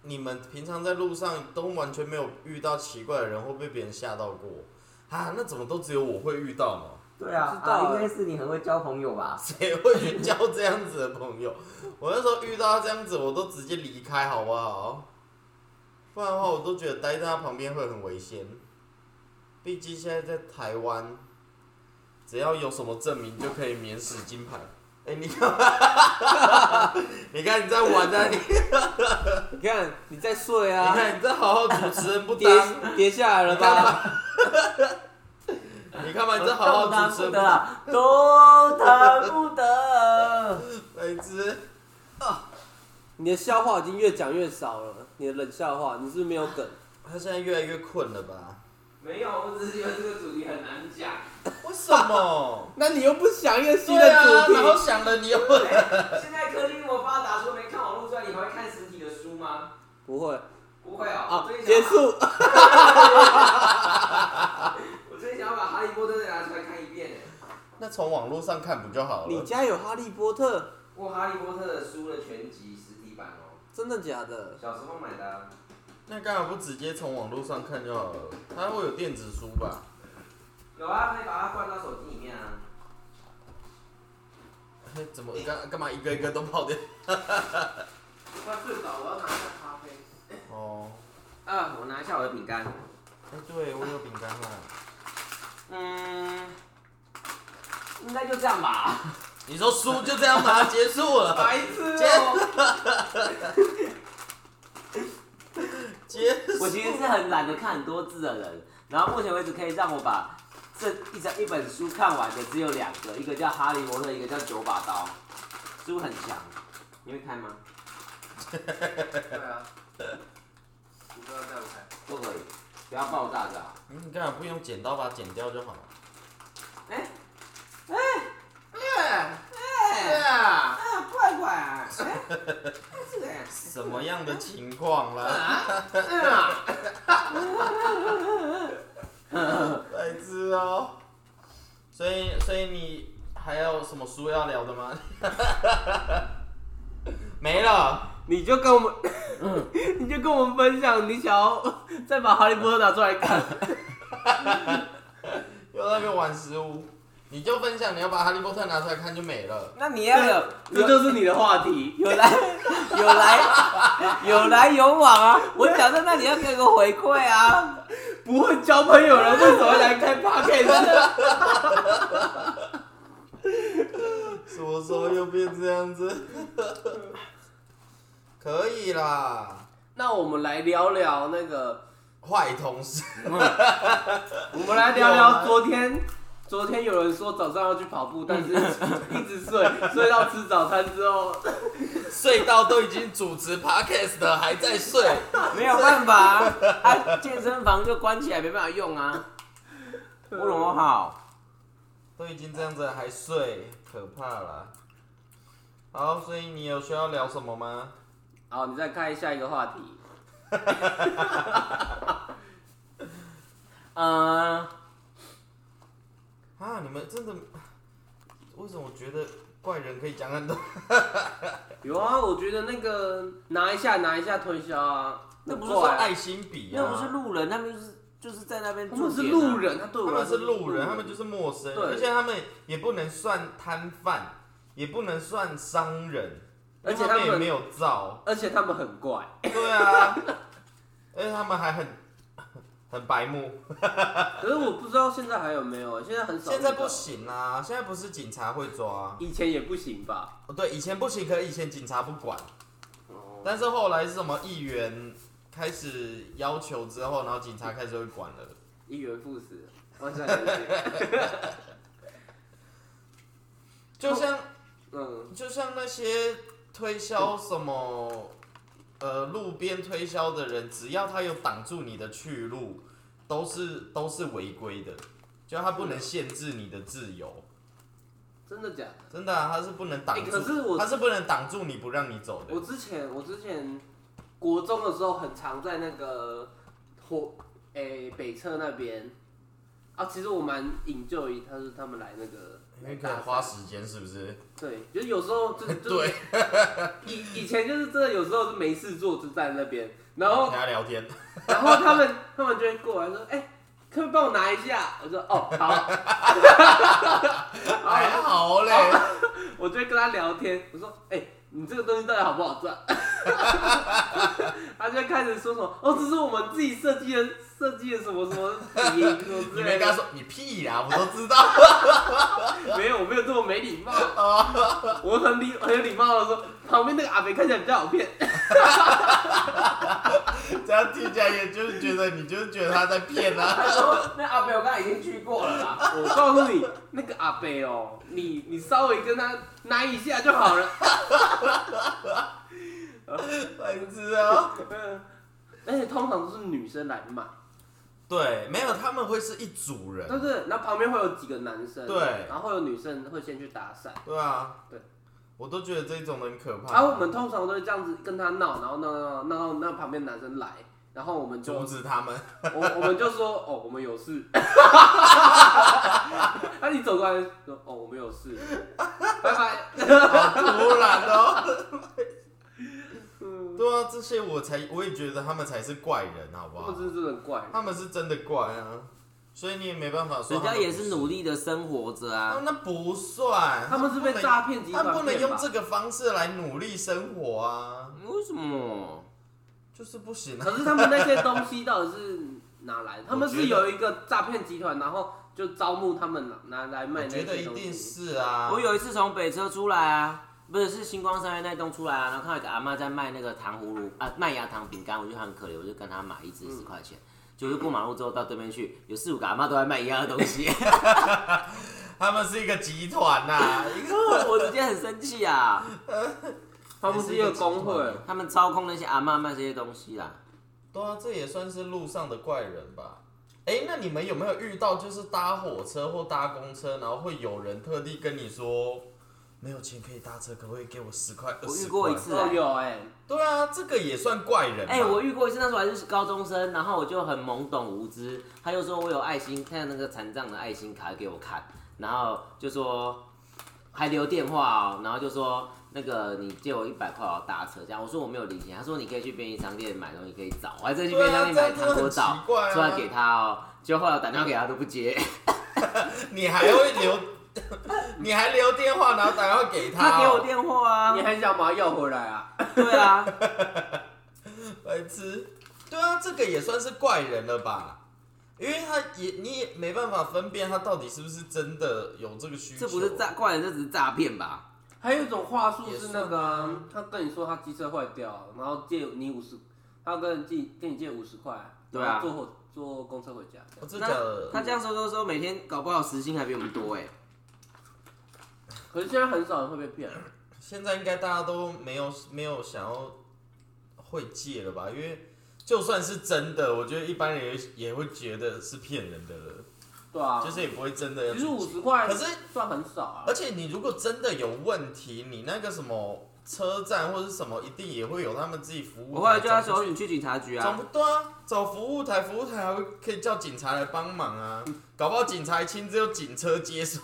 [SPEAKER 2] 你们平常在路上都完全没有遇到奇怪的人，会被别人吓到过啊？那怎么都只有我会遇到呢？
[SPEAKER 3] 对啊，
[SPEAKER 4] 不知道
[SPEAKER 3] 啊，
[SPEAKER 4] 欸
[SPEAKER 3] 应该是你很会交朋友吧？
[SPEAKER 2] 谁会去交这样子的朋友？我那时候遇到他这样子，我都直接离开，好不好？不然的话，我都觉得待在他旁边会很危险。毕竟现在在台湾，只要有什么证明就可以免死金牌。哎、你看，你看你 在玩啊！你
[SPEAKER 4] 你看你在睡
[SPEAKER 2] 你
[SPEAKER 4] 啊，
[SPEAKER 2] 看你这好好主持人不
[SPEAKER 4] 跌
[SPEAKER 2] 当，
[SPEAKER 4] 跌下来了吧？
[SPEAKER 2] 你看嘛，你这好
[SPEAKER 3] 都当
[SPEAKER 2] 好哦主持
[SPEAKER 3] 不
[SPEAKER 2] 人
[SPEAKER 3] 得
[SPEAKER 2] 不当，
[SPEAKER 3] 啊，都当不得。啊
[SPEAKER 2] 来一哎只。
[SPEAKER 4] 你的笑话已经越讲越少了，你的冷笑话，你是不是没有梗？
[SPEAKER 2] 他现在越来越困了吧？
[SPEAKER 1] 没有，我只是觉得这个主题很难讲。
[SPEAKER 2] 为什么？
[SPEAKER 4] 那你又不想一个新
[SPEAKER 2] 对
[SPEAKER 4] 的
[SPEAKER 2] 啊，
[SPEAKER 4] 主
[SPEAKER 2] 然后
[SPEAKER 4] 题？
[SPEAKER 2] 想了你又
[SPEAKER 3] 哎现在科技那么发达，说没看网络传，你还会看实体的书吗？
[SPEAKER 4] 不会
[SPEAKER 3] 不会啊
[SPEAKER 4] 啊，结。束。
[SPEAKER 3] 我最近想要把《哈利波特》再拿出来看一遍。
[SPEAKER 2] 那从网络上看不就好了？
[SPEAKER 4] 你家有哈利波特？
[SPEAKER 3] 我《哈利波特》的书的全集实体版哦，
[SPEAKER 4] 真的假的？
[SPEAKER 3] 小时候买的啊。
[SPEAKER 2] 那干嘛不直接从网络上看就好了？它会有电子书吧？
[SPEAKER 3] 有啊，可以把它灌到手机里面啊。
[SPEAKER 2] 嘿怎么干干嘛一个一个都跑掉？
[SPEAKER 1] 快睡着，我要拿一下咖啡。
[SPEAKER 2] 哦，
[SPEAKER 3] 啊，我拿一下我的饼干。
[SPEAKER 2] 哎、对我有饼干啊了。
[SPEAKER 3] 嗯，应该就这样吧。
[SPEAKER 2] 你说书就这样吗？结束 了，
[SPEAKER 1] 白痴
[SPEAKER 4] 啊
[SPEAKER 2] 哦！ 结
[SPEAKER 3] 哦我其实是很懒得看很多字的人，然后目前为止可以让我把这一整一本书看完的只有两个，一个叫《哈利波特》，一个叫《九把刀》，书很强。你会看吗？
[SPEAKER 1] 对 啊，
[SPEAKER 3] 啊
[SPEAKER 1] 你不要这样开。
[SPEAKER 3] 不可以，不要爆炸啊就好。
[SPEAKER 2] 嗯你干嘛不用剪刀把它剪掉就好了？
[SPEAKER 3] 哎、
[SPEAKER 1] 哎哎
[SPEAKER 4] 啊
[SPEAKER 2] 什么样的情况啦？
[SPEAKER 3] 啊
[SPEAKER 2] 白痴哦、所以，所以你还有什么书要聊的吗？ 没了，
[SPEAKER 1] 你就跟我们，
[SPEAKER 3] 嗯
[SPEAKER 1] 你就跟我们分享，你想要 再把《哈利波特》拿出来看。
[SPEAKER 2] 又在那边玩食物，你就分享你要把《哈利波特》拿出来看就没了。
[SPEAKER 3] 那你要有
[SPEAKER 1] 这就是你的话题。
[SPEAKER 3] 有来有来有来有往啊！我讲在那里要给个回馈啊！
[SPEAKER 1] 不会交朋友的人为什么会来开 podcast？
[SPEAKER 2] 什么时候又变这样子？ 可以啦，
[SPEAKER 1] 那我们来聊聊那个，
[SPEAKER 2] 坏同事。
[SPEAKER 1] 我们来聊聊昨天。昨天有人说早上要去跑
[SPEAKER 3] 嗯
[SPEAKER 1] 步，但是一直睡，睡到吃早餐之后，
[SPEAKER 2] 隧道都已经主持 podcast 了，还在睡，
[SPEAKER 3] 没有办法啊，啊健身房就关起来，没办法用啊。不容好，
[SPEAKER 2] 都已经这样子了还睡，可怕了。好，所以你有需要聊什么吗？
[SPEAKER 1] 好，你再看下一个话题。呃
[SPEAKER 3] 嗯，
[SPEAKER 2] 啊，你们真的为什么我觉得怪人可以讲很多？
[SPEAKER 1] 有啊，我觉得那个拿一下拿一下推销啊，
[SPEAKER 3] 那不是
[SPEAKER 1] 很
[SPEAKER 2] 说
[SPEAKER 1] 怪啊
[SPEAKER 2] 爱心笔啊，
[SPEAKER 3] 那不是路人，他们就是就是在那边
[SPEAKER 1] 他
[SPEAKER 3] 驻
[SPEAKER 1] 们是
[SPEAKER 3] 点啊
[SPEAKER 1] 路，人，他对
[SPEAKER 2] 他
[SPEAKER 1] 我来
[SPEAKER 2] 们
[SPEAKER 1] 说
[SPEAKER 2] 是路人，他们就是陌生人，
[SPEAKER 1] 对
[SPEAKER 2] 而且他们也不能算摊贩，也不能算商人，
[SPEAKER 1] 而且
[SPEAKER 2] 因为他
[SPEAKER 1] 他们
[SPEAKER 2] 也没有造，
[SPEAKER 1] 而且他们很怪，
[SPEAKER 2] 对啊，而且他们还很很白目。
[SPEAKER 1] 可是我不知道现在还有没有，现在很少遇
[SPEAKER 2] 现
[SPEAKER 1] 到。
[SPEAKER 2] 在不行啦、现在不是警察会抓、
[SPEAKER 1] 以前也不行吧？
[SPEAKER 2] 哦对，以前不行，可以前警察不管，
[SPEAKER 1] 哦，
[SPEAKER 2] 但是后来是什么议员开始要求之后，然后警察开始会管了。
[SPEAKER 1] 一元复始，哦我想了解
[SPEAKER 2] 就像
[SPEAKER 1] 嗯，
[SPEAKER 2] 就像那些推销什么，呃，路边推销的人，只要他有挡住你的去路，都是都是违规的，就他不能限制你的自由。
[SPEAKER 1] 真的假的？
[SPEAKER 2] 真的、啊，他是不能挡
[SPEAKER 1] 欸
[SPEAKER 2] 住，
[SPEAKER 1] 可是我
[SPEAKER 2] 他是不能挡住你不让你走的
[SPEAKER 1] 我。之前我之前国中的时候，很常在那个火诶、北侧那边啊，其实我蛮引咎于他是他们来那个
[SPEAKER 2] 因
[SPEAKER 1] 来
[SPEAKER 2] 为可以
[SPEAKER 1] 打
[SPEAKER 2] 花时间，是不是？
[SPEAKER 1] 对，就是有时候就就
[SPEAKER 2] 对
[SPEAKER 1] 是，以以前就是真的有时候是没事做就在那边，然后
[SPEAKER 2] 跟他聊 天。
[SPEAKER 1] 然后他们他们就会过来说，哎、可不可以帮我拿一下？我说哦好，
[SPEAKER 2] 还好 嘞，
[SPEAKER 1] 我就会跟他聊天，我说哎、你这个东西到底好不好赚？ 他就会开始说什么哦，这是我们自己设计的设计的什么什么底什么之
[SPEAKER 2] 你
[SPEAKER 1] 类
[SPEAKER 2] 没跟他
[SPEAKER 1] 的。
[SPEAKER 2] 说你屁啦，我都知道。
[SPEAKER 1] 没有，我没有这么没礼貌，
[SPEAKER 2] 哦
[SPEAKER 1] 我很礼很有礼貌的说，旁边那个阿北看起来比较好骗。
[SPEAKER 2] 这样听起来，也就是觉得你就是觉得他在骗啊。
[SPEAKER 3] 他说那阿北我刚才已经去过了啦。
[SPEAKER 1] 我告诉你，那个阿伯哦，你你稍微跟他拉一下就好了。
[SPEAKER 2] 白痴啊！
[SPEAKER 1] 嗯而且通常都是女生来买，
[SPEAKER 2] 对，没有，他们会是一组人
[SPEAKER 1] 对，不对？然后旁边会有几个男生，
[SPEAKER 2] 对
[SPEAKER 1] 然后会有女生会先去搭讪，
[SPEAKER 2] 对啊，
[SPEAKER 1] 对，
[SPEAKER 2] 我都觉得这种很可怕。
[SPEAKER 1] 然后啊我们通常都会这样子跟他闹，然后闹闹闹闹闹，那旁边男生来，然后我们就
[SPEAKER 2] 阻止他 们，
[SPEAKER 1] 我我们就说哦，我们有事。 那、你走过来说哦，我们有事，拜拜。
[SPEAKER 2] 好突然哦。 对啊，这些我才我也觉得他们才是怪人，好不
[SPEAKER 1] 他们
[SPEAKER 2] 好？
[SPEAKER 1] 真是很怪，
[SPEAKER 2] 他们是真的怪啊，所以你也没办法说。
[SPEAKER 3] 人家也是努，力的生活着
[SPEAKER 2] 啊
[SPEAKER 3] 啊，，
[SPEAKER 2] 那不算，
[SPEAKER 1] 他们是被
[SPEAKER 2] 不能
[SPEAKER 1] 诈骗集
[SPEAKER 2] 他
[SPEAKER 1] 团
[SPEAKER 2] 不能
[SPEAKER 1] 骗
[SPEAKER 2] 用
[SPEAKER 1] 吧
[SPEAKER 2] 这个方式来努力生活啊，
[SPEAKER 3] 为什么？
[SPEAKER 2] 就是不行啊。
[SPEAKER 1] 可是他们那些东西到底是哪来的？他们是有一个诈骗集团，然后就招募他们拿来卖
[SPEAKER 2] 我
[SPEAKER 1] 那
[SPEAKER 2] 觉
[SPEAKER 1] 些
[SPEAKER 2] 得一
[SPEAKER 1] 东
[SPEAKER 2] 定
[SPEAKER 1] 西。
[SPEAKER 2] 是啊
[SPEAKER 3] 我，有一次从北车出来啊，不是是星光三月那栋出来啊，然后看到一个阿妈在卖那个糖葫芦啊，麦芽糖饼干，我就很可怜，我就跟她买一支十块钱。结果就过马路之后到对面去，有四五个阿妈都在卖一样的东西，
[SPEAKER 2] 他们是一个集团呐、一个
[SPEAKER 3] 我直接很生气啊！
[SPEAKER 1] 他们是一个工会，
[SPEAKER 3] 他们操控那些阿妈卖这些东西啦，
[SPEAKER 2] 对啊，这也算是路上的怪人吧？哎，那你们有没有遇到，就是搭火车或搭公车，然后会有人特地跟你说，没有钱可以搭车，可不可以给我十块二十块？
[SPEAKER 5] 我遇过一次
[SPEAKER 1] 哦有哎，
[SPEAKER 2] 对啊，这个也算怪人吧。
[SPEAKER 5] 哎、我遇过一次，那时候还是高中生，然后我就很懵懂无知，他就说我有爱心，看那个残障的爱心卡给我看，然后就说还留电话哦，然后就说那个你借我一百块，我要搭车这样。我说我没有零钱，他说你可以去便利商店买东西可以找，我还真的去便利商店
[SPEAKER 2] 对啊
[SPEAKER 5] 买糖
[SPEAKER 2] 这样
[SPEAKER 5] 果
[SPEAKER 2] 真的很
[SPEAKER 5] 找
[SPEAKER 2] 奇怪啊
[SPEAKER 5] 出来给他哦，结果后来我打电话给他都不接，
[SPEAKER 2] 你还会留， 你还留电话，然后打电话给
[SPEAKER 5] 他
[SPEAKER 2] 哦
[SPEAKER 5] 给我电话啊
[SPEAKER 1] 你，还想把它要回来啊？
[SPEAKER 5] 对 啊，
[SPEAKER 2] 白痴。对啊，这个也算是怪人了吧？因为他也你也没办法分辨他到底是不是真的有这个需求。啊
[SPEAKER 5] 这不是诈怪人，这只是诈骗吧？
[SPEAKER 1] 还有一种话术是那个啊、他跟你说他机车坏掉，然后借你五十，他跟你借跟你借五十块，
[SPEAKER 5] 对啊
[SPEAKER 1] 然后坐火坐公车回家。
[SPEAKER 2] 哦，真
[SPEAKER 5] 那
[SPEAKER 2] 的假的
[SPEAKER 5] 他这样说说说，每天搞不好时薪还比我们多哎、
[SPEAKER 1] 可是现在很少人会被骗，
[SPEAKER 2] 现在应该大家都没有没有想要会借了吧？因为就算是真的，我觉得一般人也也会觉得是骗人的了，
[SPEAKER 1] 对啊，
[SPEAKER 2] 就是也不会真的要
[SPEAKER 1] 其
[SPEAKER 2] 去
[SPEAKER 1] 实
[SPEAKER 2] 借。
[SPEAKER 1] 五十块，
[SPEAKER 2] 可是
[SPEAKER 1] 算很少啊
[SPEAKER 2] 而。且你如果真的有问题，你那个什么车站或者什么，一定也会有他们自己服务台。
[SPEAKER 5] 我后来就他说哦
[SPEAKER 2] 总
[SPEAKER 5] 你去警察局
[SPEAKER 2] 不总
[SPEAKER 5] 啊，
[SPEAKER 2] 不对啊，找服务台，服务台还会可以叫警察来帮忙啊，搞不好警察还亲自用警车接 手。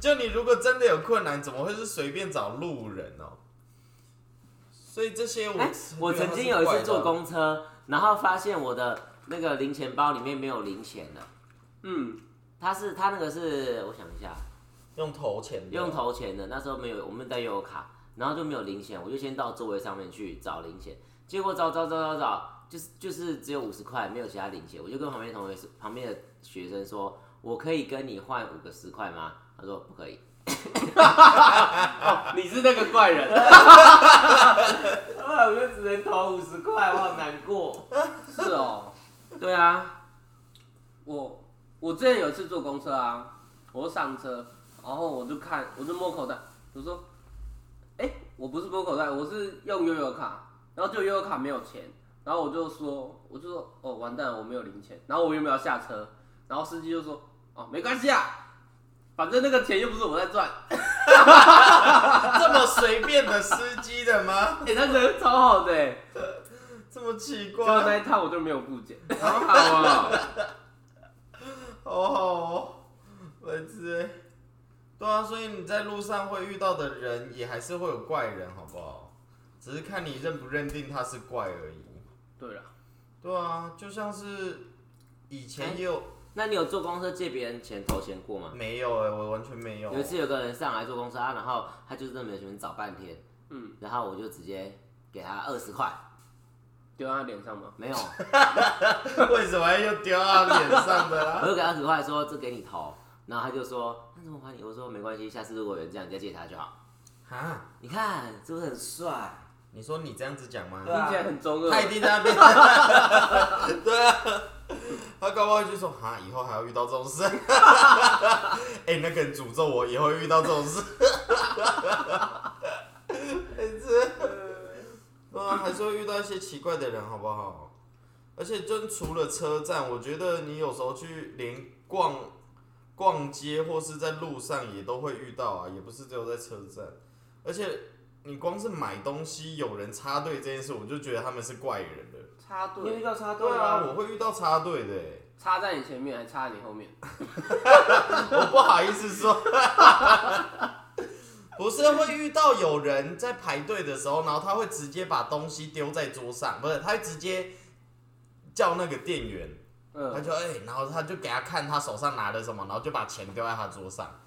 [SPEAKER 2] 就你如果真的有困难，怎么会是随便找路人哦？所以这些我、
[SPEAKER 5] 哎、我曾经有一次坐，公车，然后发现我的那个零钱包里面没有零钱了。
[SPEAKER 1] 嗯，
[SPEAKER 5] 他是他那个是我想一下，
[SPEAKER 2] 用投钱的，
[SPEAKER 5] 用投钱的，那时候没有，我们在悠游卡，然后就没有零钱，我就先到座位上面去找零钱，结果找找找找找，就是就是只有五十块，没有其他零钱，我就跟旁边同学旁边的学生说，我可以跟你换五个十块吗？他说不可以，
[SPEAKER 1] 哦，你是那个怪人，
[SPEAKER 5] 后
[SPEAKER 3] 哎
[SPEAKER 5] 来我就只能投五十块，我好难过。
[SPEAKER 1] 是哦。
[SPEAKER 5] 对啊，
[SPEAKER 1] 我我之前有一次坐公车啊，我上车，然后我就看，我就摸口袋，我说，哎、我不是摸口袋，我是用悠游卡，然后就悠游卡没有钱，然后我就说，我就说，哦，完蛋了，我没有零钱，然后我又没有下车，然后司机就说，哦，没关系啊，反正那个钱又不是我在赚，
[SPEAKER 2] 这么随便的司机的吗？
[SPEAKER 1] 哎、他人超好的、欸，
[SPEAKER 2] 这么奇
[SPEAKER 1] 结果那
[SPEAKER 2] 怪，
[SPEAKER 1] 一趟我就没有付钱，啊好好啊、
[SPEAKER 2] 好好哦，文字。对啊，所以你在路上会遇到的人，也还是会有怪人，好不好？只是看你认不认定他是怪而已。
[SPEAKER 1] 对了，
[SPEAKER 2] 对啊，就像是以前也有、
[SPEAKER 5] 那你有坐公车借别人钱投钱过吗？
[SPEAKER 2] 没有哎、我完全没有。
[SPEAKER 5] 有一次有个人上来坐公车，啊然后他就真的没有钱找半天，
[SPEAKER 1] 嗯，
[SPEAKER 5] 然后我就直接给他二十块，
[SPEAKER 1] 丢在他脸上吗？
[SPEAKER 5] 没有，
[SPEAKER 2] 为什么又丢到脸上的啊 啦？
[SPEAKER 5] 我就给他二十块说这给你投，然后他就说那怎么还你？我说没关系，下次如果有人这样，你再借他就好。
[SPEAKER 2] 啊，
[SPEAKER 5] 你看是不是很帅？
[SPEAKER 2] 你说你这样子讲吗
[SPEAKER 5] 对？啊
[SPEAKER 1] 听起来很中二
[SPEAKER 2] 他，一定在那边， 对啊，他搞不好就说哈，以后还要遇到这种事。 哎、那个人诅咒我以后遇到这种事。 哎这，对啊，还是会遇到一些奇怪的人，好不好？而且，就除了车站，我觉得你有时候去连逛逛街或是在路上也都会遇到啊，也不是只有在车站。而且，你光是买东西有人插队这件事，我就觉得他们是怪人了。
[SPEAKER 1] 插
[SPEAKER 5] 你有
[SPEAKER 1] 队
[SPEAKER 5] 遇，到插队
[SPEAKER 2] 对啊，
[SPEAKER 5] 吗？
[SPEAKER 2] 我会遇到插队的欸，
[SPEAKER 1] 插在你前面，还插在你后面。
[SPEAKER 2] 我不好意思说， 不是会遇到有人在排队的时候，然后他会直接把东西丢在桌上，不是，他会直接叫那个店员，他
[SPEAKER 1] 嗯，
[SPEAKER 2] 就哎、然后他就给他看他手上拿的什么，然后就把钱丢在他桌上，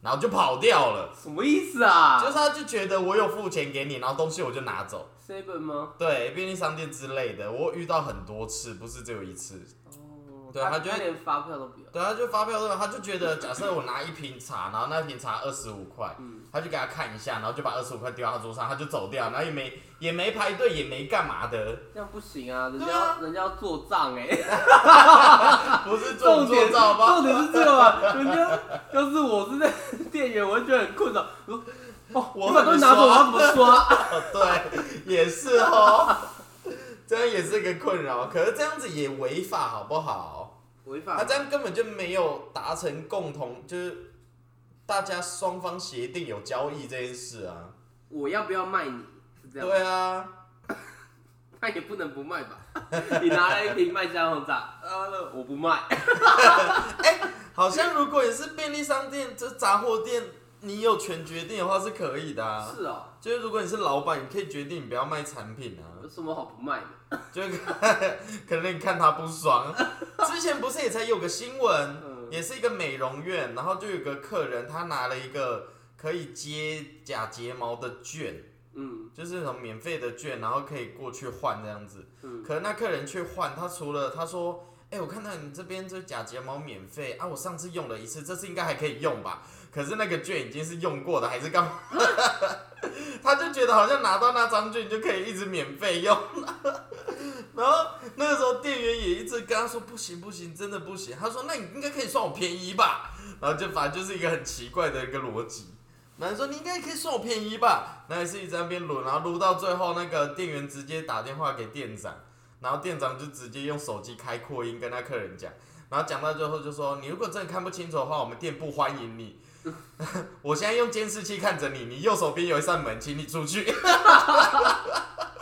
[SPEAKER 2] 然后就跑掉了，
[SPEAKER 1] 什么意思啊？
[SPEAKER 2] 就是他就觉得我有付钱给你，然后东西我就拿走，
[SPEAKER 1] seven 吗？
[SPEAKER 2] 对，便利商店之类的，我遇到很多次，不是只有一次。
[SPEAKER 1] 哦，
[SPEAKER 2] 对他
[SPEAKER 1] 他
[SPEAKER 2] 觉得
[SPEAKER 1] 连发票都不要。
[SPEAKER 2] 对，他就发票的，他就觉得，假设我拿一瓶茶，然后那瓶茶二十五块，
[SPEAKER 1] 嗯
[SPEAKER 2] 他就给他看一下，然后就把二十五块丢到他桌上，他就走掉，然后也没也没排队，也没干嘛的，
[SPEAKER 1] 这样不行啊，人家
[SPEAKER 2] 对啊
[SPEAKER 1] 要人家要做账哎、
[SPEAKER 2] 不是做
[SPEAKER 1] 重
[SPEAKER 2] 做
[SPEAKER 1] 点
[SPEAKER 2] 照吧？
[SPEAKER 1] 重点是这个嘛，人家要是我是那店员，我会觉得很困扰。我说哦，
[SPEAKER 2] 我
[SPEAKER 1] 你把
[SPEAKER 2] 怎么
[SPEAKER 1] 东西拿走，
[SPEAKER 2] 刷
[SPEAKER 1] 我要怎么刷？
[SPEAKER 2] 哦，对，也是哦，这样也是个困扰，可是这样子也违法，好不好？
[SPEAKER 1] 违
[SPEAKER 2] 他
[SPEAKER 1] 法
[SPEAKER 2] 这样根本就没有达成共同，就是大家双方协定有交易这件事啊。
[SPEAKER 1] 我要不要卖你？是这样吗，
[SPEAKER 2] 对啊，
[SPEAKER 1] 那也不能不卖吧？你拿来一瓶麦香红茶，啊，那我不卖，
[SPEAKER 2] 好像如果也是便利商店、这杂货店，你有权决定的话是可以的啊。
[SPEAKER 1] 是哦，
[SPEAKER 2] 就是如果你是老板，你可以决定你不要卖产品啊
[SPEAKER 1] 有。什么好不卖的？
[SPEAKER 2] 就是可能你看他不爽。之前不是也才有个新闻，
[SPEAKER 1] 嗯，
[SPEAKER 2] 也是一个美容院，然后就有个客人他拿了一个可以接假睫毛的券，
[SPEAKER 1] 嗯
[SPEAKER 2] 就是那种免费的券，然后可以过去换这样子。
[SPEAKER 1] 嗯
[SPEAKER 2] 可能那客人去换，他除了他说，哎、我看到你这边这假睫毛免费啊，我上次用了一次，这次应该还可以用吧？可是那个券已经是用过的，还是干嘛？ 他就觉得好像拿到那张券就可以一直免费用， 然后那个时候店员也一直跟他说不行不行，真的不行。他说那你应该可以算我便宜吧，然后就反正就是一个很奇怪的一个逻辑。男人说你应该可以算我便宜吧，那也是一直在那边撸，然后撸到最后，那个店员直接打电话给店长，然后店长就直接用手机开扩音跟那客人讲，然后讲到最后就说你如果真的看不清楚的话，我们店不欢迎你。 我现在用监视器看着你，你右手边有一扇门，请你出去。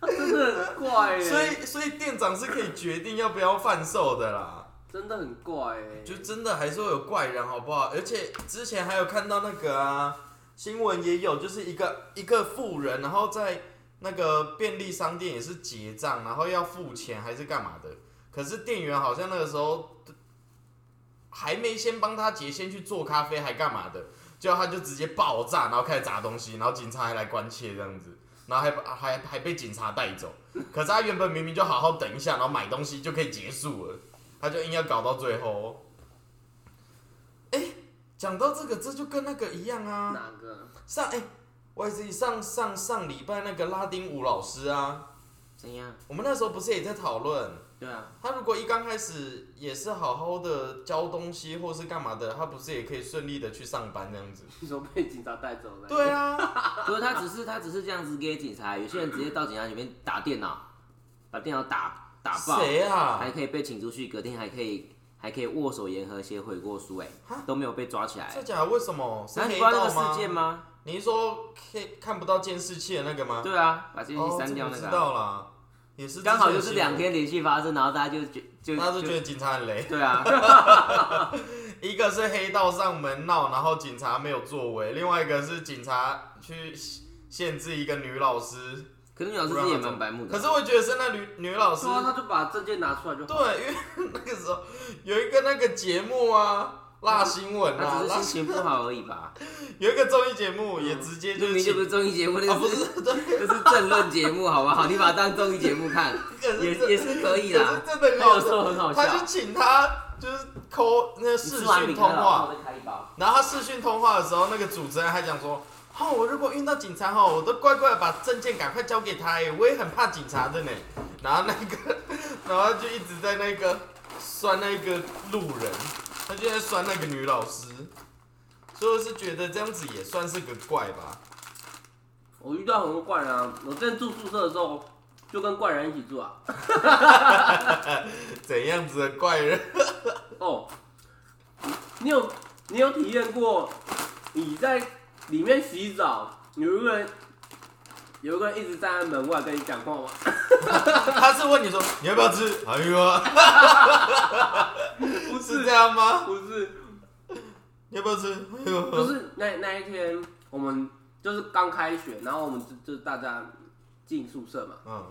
[SPEAKER 1] 真的很怪哎、
[SPEAKER 2] 所以，所以店长是可以决定要不要贩售的啦。
[SPEAKER 1] 真的很怪哎、
[SPEAKER 2] 就真的还是会有怪人，好不好？而且之前还有看到那个啊，新闻也有，就是一个一个富人，然后在那个便利商店也是结账，然后要付钱还是干嘛的，可是店员好像那个时候还没先帮他结，先去做咖啡还干嘛的，结果他就直接爆炸，然后开始砸东西，然后警察还来关切这样子。然后还还还被警察带走，可是他原本明明就好好等一下，然后买东西就可以结束了，他就硬要搞到最后。哎、讲到这个，这就跟那个一样啊。
[SPEAKER 1] 哪个？
[SPEAKER 2] 上哎、我也是上上上礼拜那个拉丁舞老师啊，
[SPEAKER 3] 怎样？
[SPEAKER 2] 我们那时候不是也在讨论，
[SPEAKER 3] 对啊，
[SPEAKER 2] 他如果一刚开始也是好好的教东西或是干嘛的，他不是也可以顺利的去上班这样子？
[SPEAKER 1] 你说被警察带走的？
[SPEAKER 2] 对啊，
[SPEAKER 3] 不是他只是他只是这样子给警察，有些人直接到警察里面打电脑，把电脑打打爆，
[SPEAKER 2] 谁啊
[SPEAKER 3] 还？可以被请出去，隔天还可以还可以握手言和写悔过书，哎
[SPEAKER 2] 哈，
[SPEAKER 3] 都没有被抓起来
[SPEAKER 2] 这。假的为什么？是
[SPEAKER 3] 那你
[SPEAKER 2] 黑
[SPEAKER 3] 不知道那
[SPEAKER 2] 道
[SPEAKER 3] 个事件
[SPEAKER 2] 吗？
[SPEAKER 3] 吗？
[SPEAKER 2] 你是说可以看不到监视器的那个吗？
[SPEAKER 3] 对啊，把监视器
[SPEAKER 2] 哦，
[SPEAKER 3] 删掉那
[SPEAKER 2] 这我
[SPEAKER 3] 个
[SPEAKER 2] 知
[SPEAKER 3] 啊、
[SPEAKER 2] 道啦，也是
[SPEAKER 3] 刚好就
[SPEAKER 2] 之
[SPEAKER 3] 是
[SPEAKER 2] 前
[SPEAKER 3] 两
[SPEAKER 2] 新闻，
[SPEAKER 3] 天连续发生，然后大家就觉就
[SPEAKER 2] 大家都
[SPEAKER 3] 就
[SPEAKER 2] 觉得警察很雷。
[SPEAKER 3] 对啊，
[SPEAKER 2] 一个是黑道上门闹，然后警察没有作为；另外一个是警察去限制一个女老师。
[SPEAKER 3] 可是女老师自己也蛮白目的。啊
[SPEAKER 2] 可是我觉得是那女 女老师
[SPEAKER 1] 说，啊他就把证件拿出来就好。
[SPEAKER 2] 对，因为那个时候有一个那个节目啊，辣新闻啊
[SPEAKER 3] 她，只
[SPEAKER 2] 辣
[SPEAKER 3] 是心情不好而已吧？
[SPEAKER 2] 有一个综艺节目也直接就
[SPEAKER 3] 明明就
[SPEAKER 2] 是请
[SPEAKER 3] 不是综艺节目，
[SPEAKER 2] 啊，
[SPEAKER 3] 那
[SPEAKER 2] 不
[SPEAKER 3] 个是
[SPEAKER 2] 是对，
[SPEAKER 3] 那是政论节目，好不好？你把它当综艺节目看，
[SPEAKER 2] 可是
[SPEAKER 3] 也
[SPEAKER 2] 这
[SPEAKER 3] 也是可以啦。
[SPEAKER 2] 可是真的
[SPEAKER 3] 那
[SPEAKER 2] 很
[SPEAKER 3] 有时
[SPEAKER 2] 好
[SPEAKER 3] 候很好
[SPEAKER 2] 笑，他就
[SPEAKER 3] 笑。
[SPEAKER 2] 请他就是抠那个
[SPEAKER 3] 你
[SPEAKER 2] 视
[SPEAKER 3] 吃完
[SPEAKER 2] 讯
[SPEAKER 3] 饼
[SPEAKER 2] 通
[SPEAKER 3] 干了，然
[SPEAKER 2] 话
[SPEAKER 3] 后。再开一包。
[SPEAKER 2] 然后他视讯通话的时候，那个主持人还讲说：“哦，我如果遇到警察哦，我都乖乖地把证件赶快交给他欸耶，我也很怕警察的呢。” 然后那个，然后就一直在那个酸那个路人，他就在酸那个女老师，所以我是觉得这样子也算是个怪吧。
[SPEAKER 1] 我哦遇到很多怪人啊！我之前住宿舍的时候，就跟怪人一起住啊。
[SPEAKER 2] 怎样子的怪人？
[SPEAKER 1] 哦，你有你有体验过你在里面洗澡，有一个人有一个人一直站在门外跟你讲话 吗？
[SPEAKER 2] 他是问你说你要不要吃？哎呦，
[SPEAKER 1] 不
[SPEAKER 2] 是
[SPEAKER 1] 是
[SPEAKER 2] 这，样吗？
[SPEAKER 1] 不是，
[SPEAKER 2] 你要不要吃？哎呦，
[SPEAKER 1] 就是那那一天我们就是刚开学，然后我们就就大家进宿舍嘛。
[SPEAKER 2] 嗯，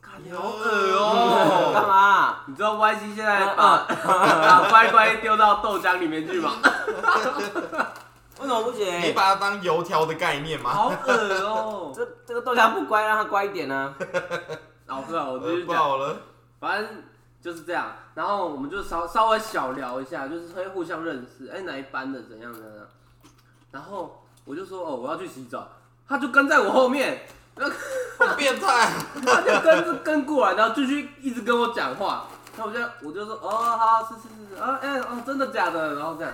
[SPEAKER 1] 看你好恶哦、
[SPEAKER 3] 干嘛？啊
[SPEAKER 1] 你知道 YC 现在把 把乖乖丢到豆浆里面去吗？
[SPEAKER 3] 为什么不
[SPEAKER 2] 你
[SPEAKER 3] 行？
[SPEAKER 2] 把它当油条的概念吗？
[SPEAKER 1] 哎好恶哦、
[SPEAKER 3] 这这个豆浆不乖，让它乖一点啊呢。
[SPEAKER 1] 老师啊，我继
[SPEAKER 2] 呃
[SPEAKER 1] 续，讲，
[SPEAKER 2] 爆了，
[SPEAKER 1] 反正就是这样。然后我们就稍稍微小聊一下，就是会互相认识，哎、哪一班的怎样怎样。然后我就说哦，我要去洗澡，他就跟在我后面，
[SPEAKER 2] 好变态。啊
[SPEAKER 1] 他就跟跟过来，然后继续一直跟我讲话。那我就我就说哦，好，是是是是，啊，哎、哦，真的假的？然后这样。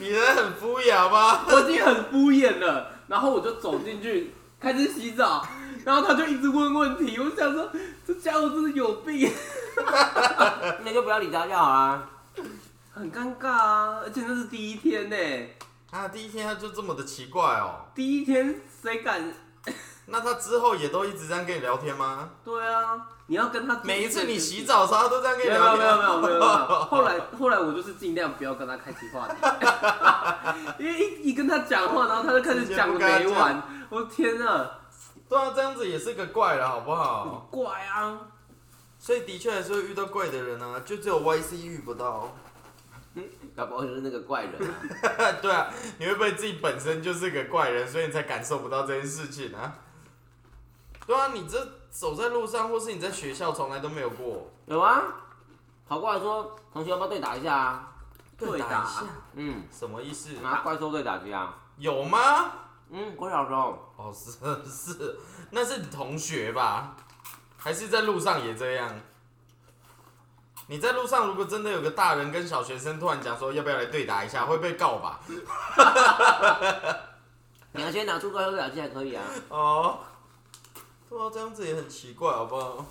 [SPEAKER 2] 你人很敷衍吗？
[SPEAKER 1] 我已经很敷衍了，然后我就走进去开始洗澡， 然后他就一直问问题，我想说这家伙真的有病，
[SPEAKER 3] 啊 那就不要理它就好啦。
[SPEAKER 1] 很尴尬啊，而且那是第一天呢、
[SPEAKER 2] 啊，第一天他就这么的奇怪哦。
[SPEAKER 1] 第一天谁敢？
[SPEAKER 2] 那他之后也都一直这样跟你聊天吗？
[SPEAKER 1] 对啊，你要跟他
[SPEAKER 2] 每一次你洗澡的时候，他都这样跟
[SPEAKER 1] 没
[SPEAKER 2] 你
[SPEAKER 1] 有
[SPEAKER 2] 聊
[SPEAKER 1] 没有
[SPEAKER 2] 天。
[SPEAKER 1] 没有没有没 有没有，后来后来我就是尽量不要跟他开启话题， 因为一一跟他讲话，然后他就开始讲没完，我天啊，
[SPEAKER 2] 对啊，这样子也是个怪了，好不好？
[SPEAKER 1] 怪啊！
[SPEAKER 2] 所以的确还是会遇到怪的人啊，就只有 YC 遇不到。
[SPEAKER 5] 搞不好就是那个怪人 啊。
[SPEAKER 2] 对啊，你会不会自己本身就是个怪人，所以你才感受不到这件事情啊？对啊，你这走在路上，或是你在学校，从来都没有过。
[SPEAKER 5] 有啊，跑过来说同学要不要对打一下啊？
[SPEAKER 1] 对打
[SPEAKER 2] 打一下，
[SPEAKER 5] 嗯，
[SPEAKER 2] 什么意思？
[SPEAKER 5] 拿怪兽对打机啊。
[SPEAKER 2] 有吗？
[SPEAKER 5] 嗯，我小时候
[SPEAKER 2] 哦，是是，那是你同学吧？还是在路上也这样？你在路上如果真的有个大人跟小学生突然讲说要不要来对打一下，会被告吧？
[SPEAKER 5] 你要先拿出怪兽对打机才可以啊。
[SPEAKER 2] 哦，对啊，这样子也很奇怪，好不好？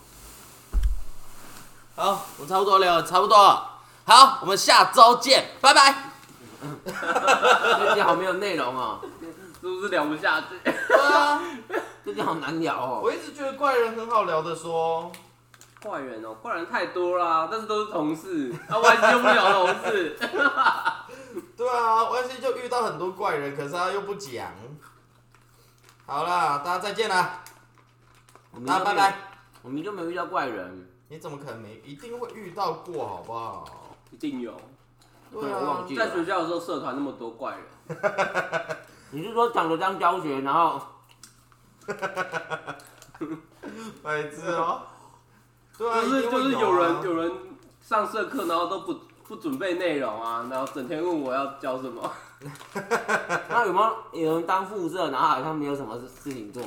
[SPEAKER 6] 好，我差不多了，差不多了。好，我们下周见，拜拜。
[SPEAKER 5] 这集好没有内容哦，
[SPEAKER 1] 是不是聊不下去？
[SPEAKER 2] 对啊，
[SPEAKER 5] 这集好难聊哦。
[SPEAKER 2] 我一直觉得怪人很好聊的说，
[SPEAKER 1] 怪人哦，怪人太多啦，但是都是同事，啊，我还是用不了同 事。
[SPEAKER 2] 对啊，我现在就遇到很多怪人，可是他又不讲。好啦，大家再见啦，
[SPEAKER 5] 我们
[SPEAKER 2] 大
[SPEAKER 5] 就
[SPEAKER 2] 家
[SPEAKER 5] 没
[SPEAKER 2] 拜
[SPEAKER 5] 有
[SPEAKER 2] 拜。。
[SPEAKER 5] 我们就没有遇到怪人，
[SPEAKER 2] 你怎么可能没？一定会遇到过，好不好？
[SPEAKER 1] 一定有，
[SPEAKER 2] 对
[SPEAKER 5] 我忘
[SPEAKER 2] 啊，
[SPEAKER 5] 记
[SPEAKER 1] 在学
[SPEAKER 5] 了。
[SPEAKER 1] 校的时候，社团那么多怪人，
[SPEAKER 5] 你是说长得当教学，然后
[SPEAKER 2] 白痴哦。对啊，
[SPEAKER 1] 就
[SPEAKER 2] 一
[SPEAKER 1] 是
[SPEAKER 2] 定会
[SPEAKER 1] 就是有
[SPEAKER 2] 有啊
[SPEAKER 1] 人有人上社课，然后都不不准备内容啊，然后整天问我要教什么。
[SPEAKER 5] 那有没有有人当副社，然后好像没有什么事情做？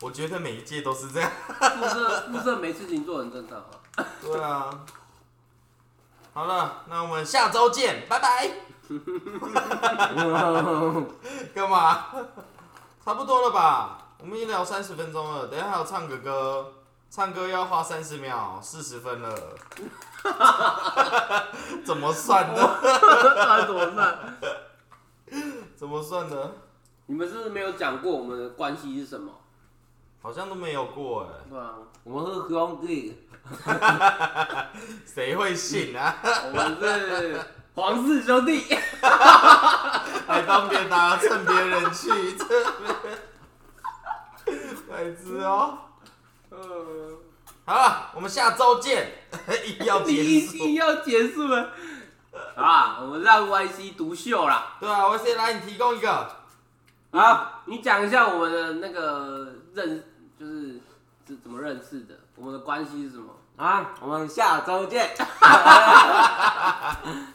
[SPEAKER 2] 我觉得每一届都是这样。
[SPEAKER 1] 宿舍宿舍没事情做很正常啊。
[SPEAKER 2] 对啊。好了，那我们下周见，拜拜。干嘛？差不多了吧？我们已经聊三十分钟了，等一下还有唱个歌，唱歌要花三十秒，四十分了。怎么算的？
[SPEAKER 1] 那怎么办？
[SPEAKER 2] 怎么算的？
[SPEAKER 1] 你们是不是没有讲过我们的关系是什么？
[SPEAKER 2] 好像都没有过哎、
[SPEAKER 1] 对啊，
[SPEAKER 5] 我们是兄弟，
[SPEAKER 2] 谁会信啊？
[SPEAKER 1] 我们是皇室兄 弟。
[SPEAKER 2] 还帮别人拿蹭别人气，蹭别人， 白痴哦、
[SPEAKER 1] 呃，
[SPEAKER 2] 好了，我们下周见， 一要
[SPEAKER 1] 你
[SPEAKER 2] 结
[SPEAKER 1] 一
[SPEAKER 2] 束。
[SPEAKER 1] 定要结束了啊！我们让 YC 独秀啦。
[SPEAKER 2] 对啊，我先来你提供一个，
[SPEAKER 1] 啊，你讲一下我们的那个认，就是怎怎么认识的？我们的关系是什么？
[SPEAKER 5] 啊，我们下周见。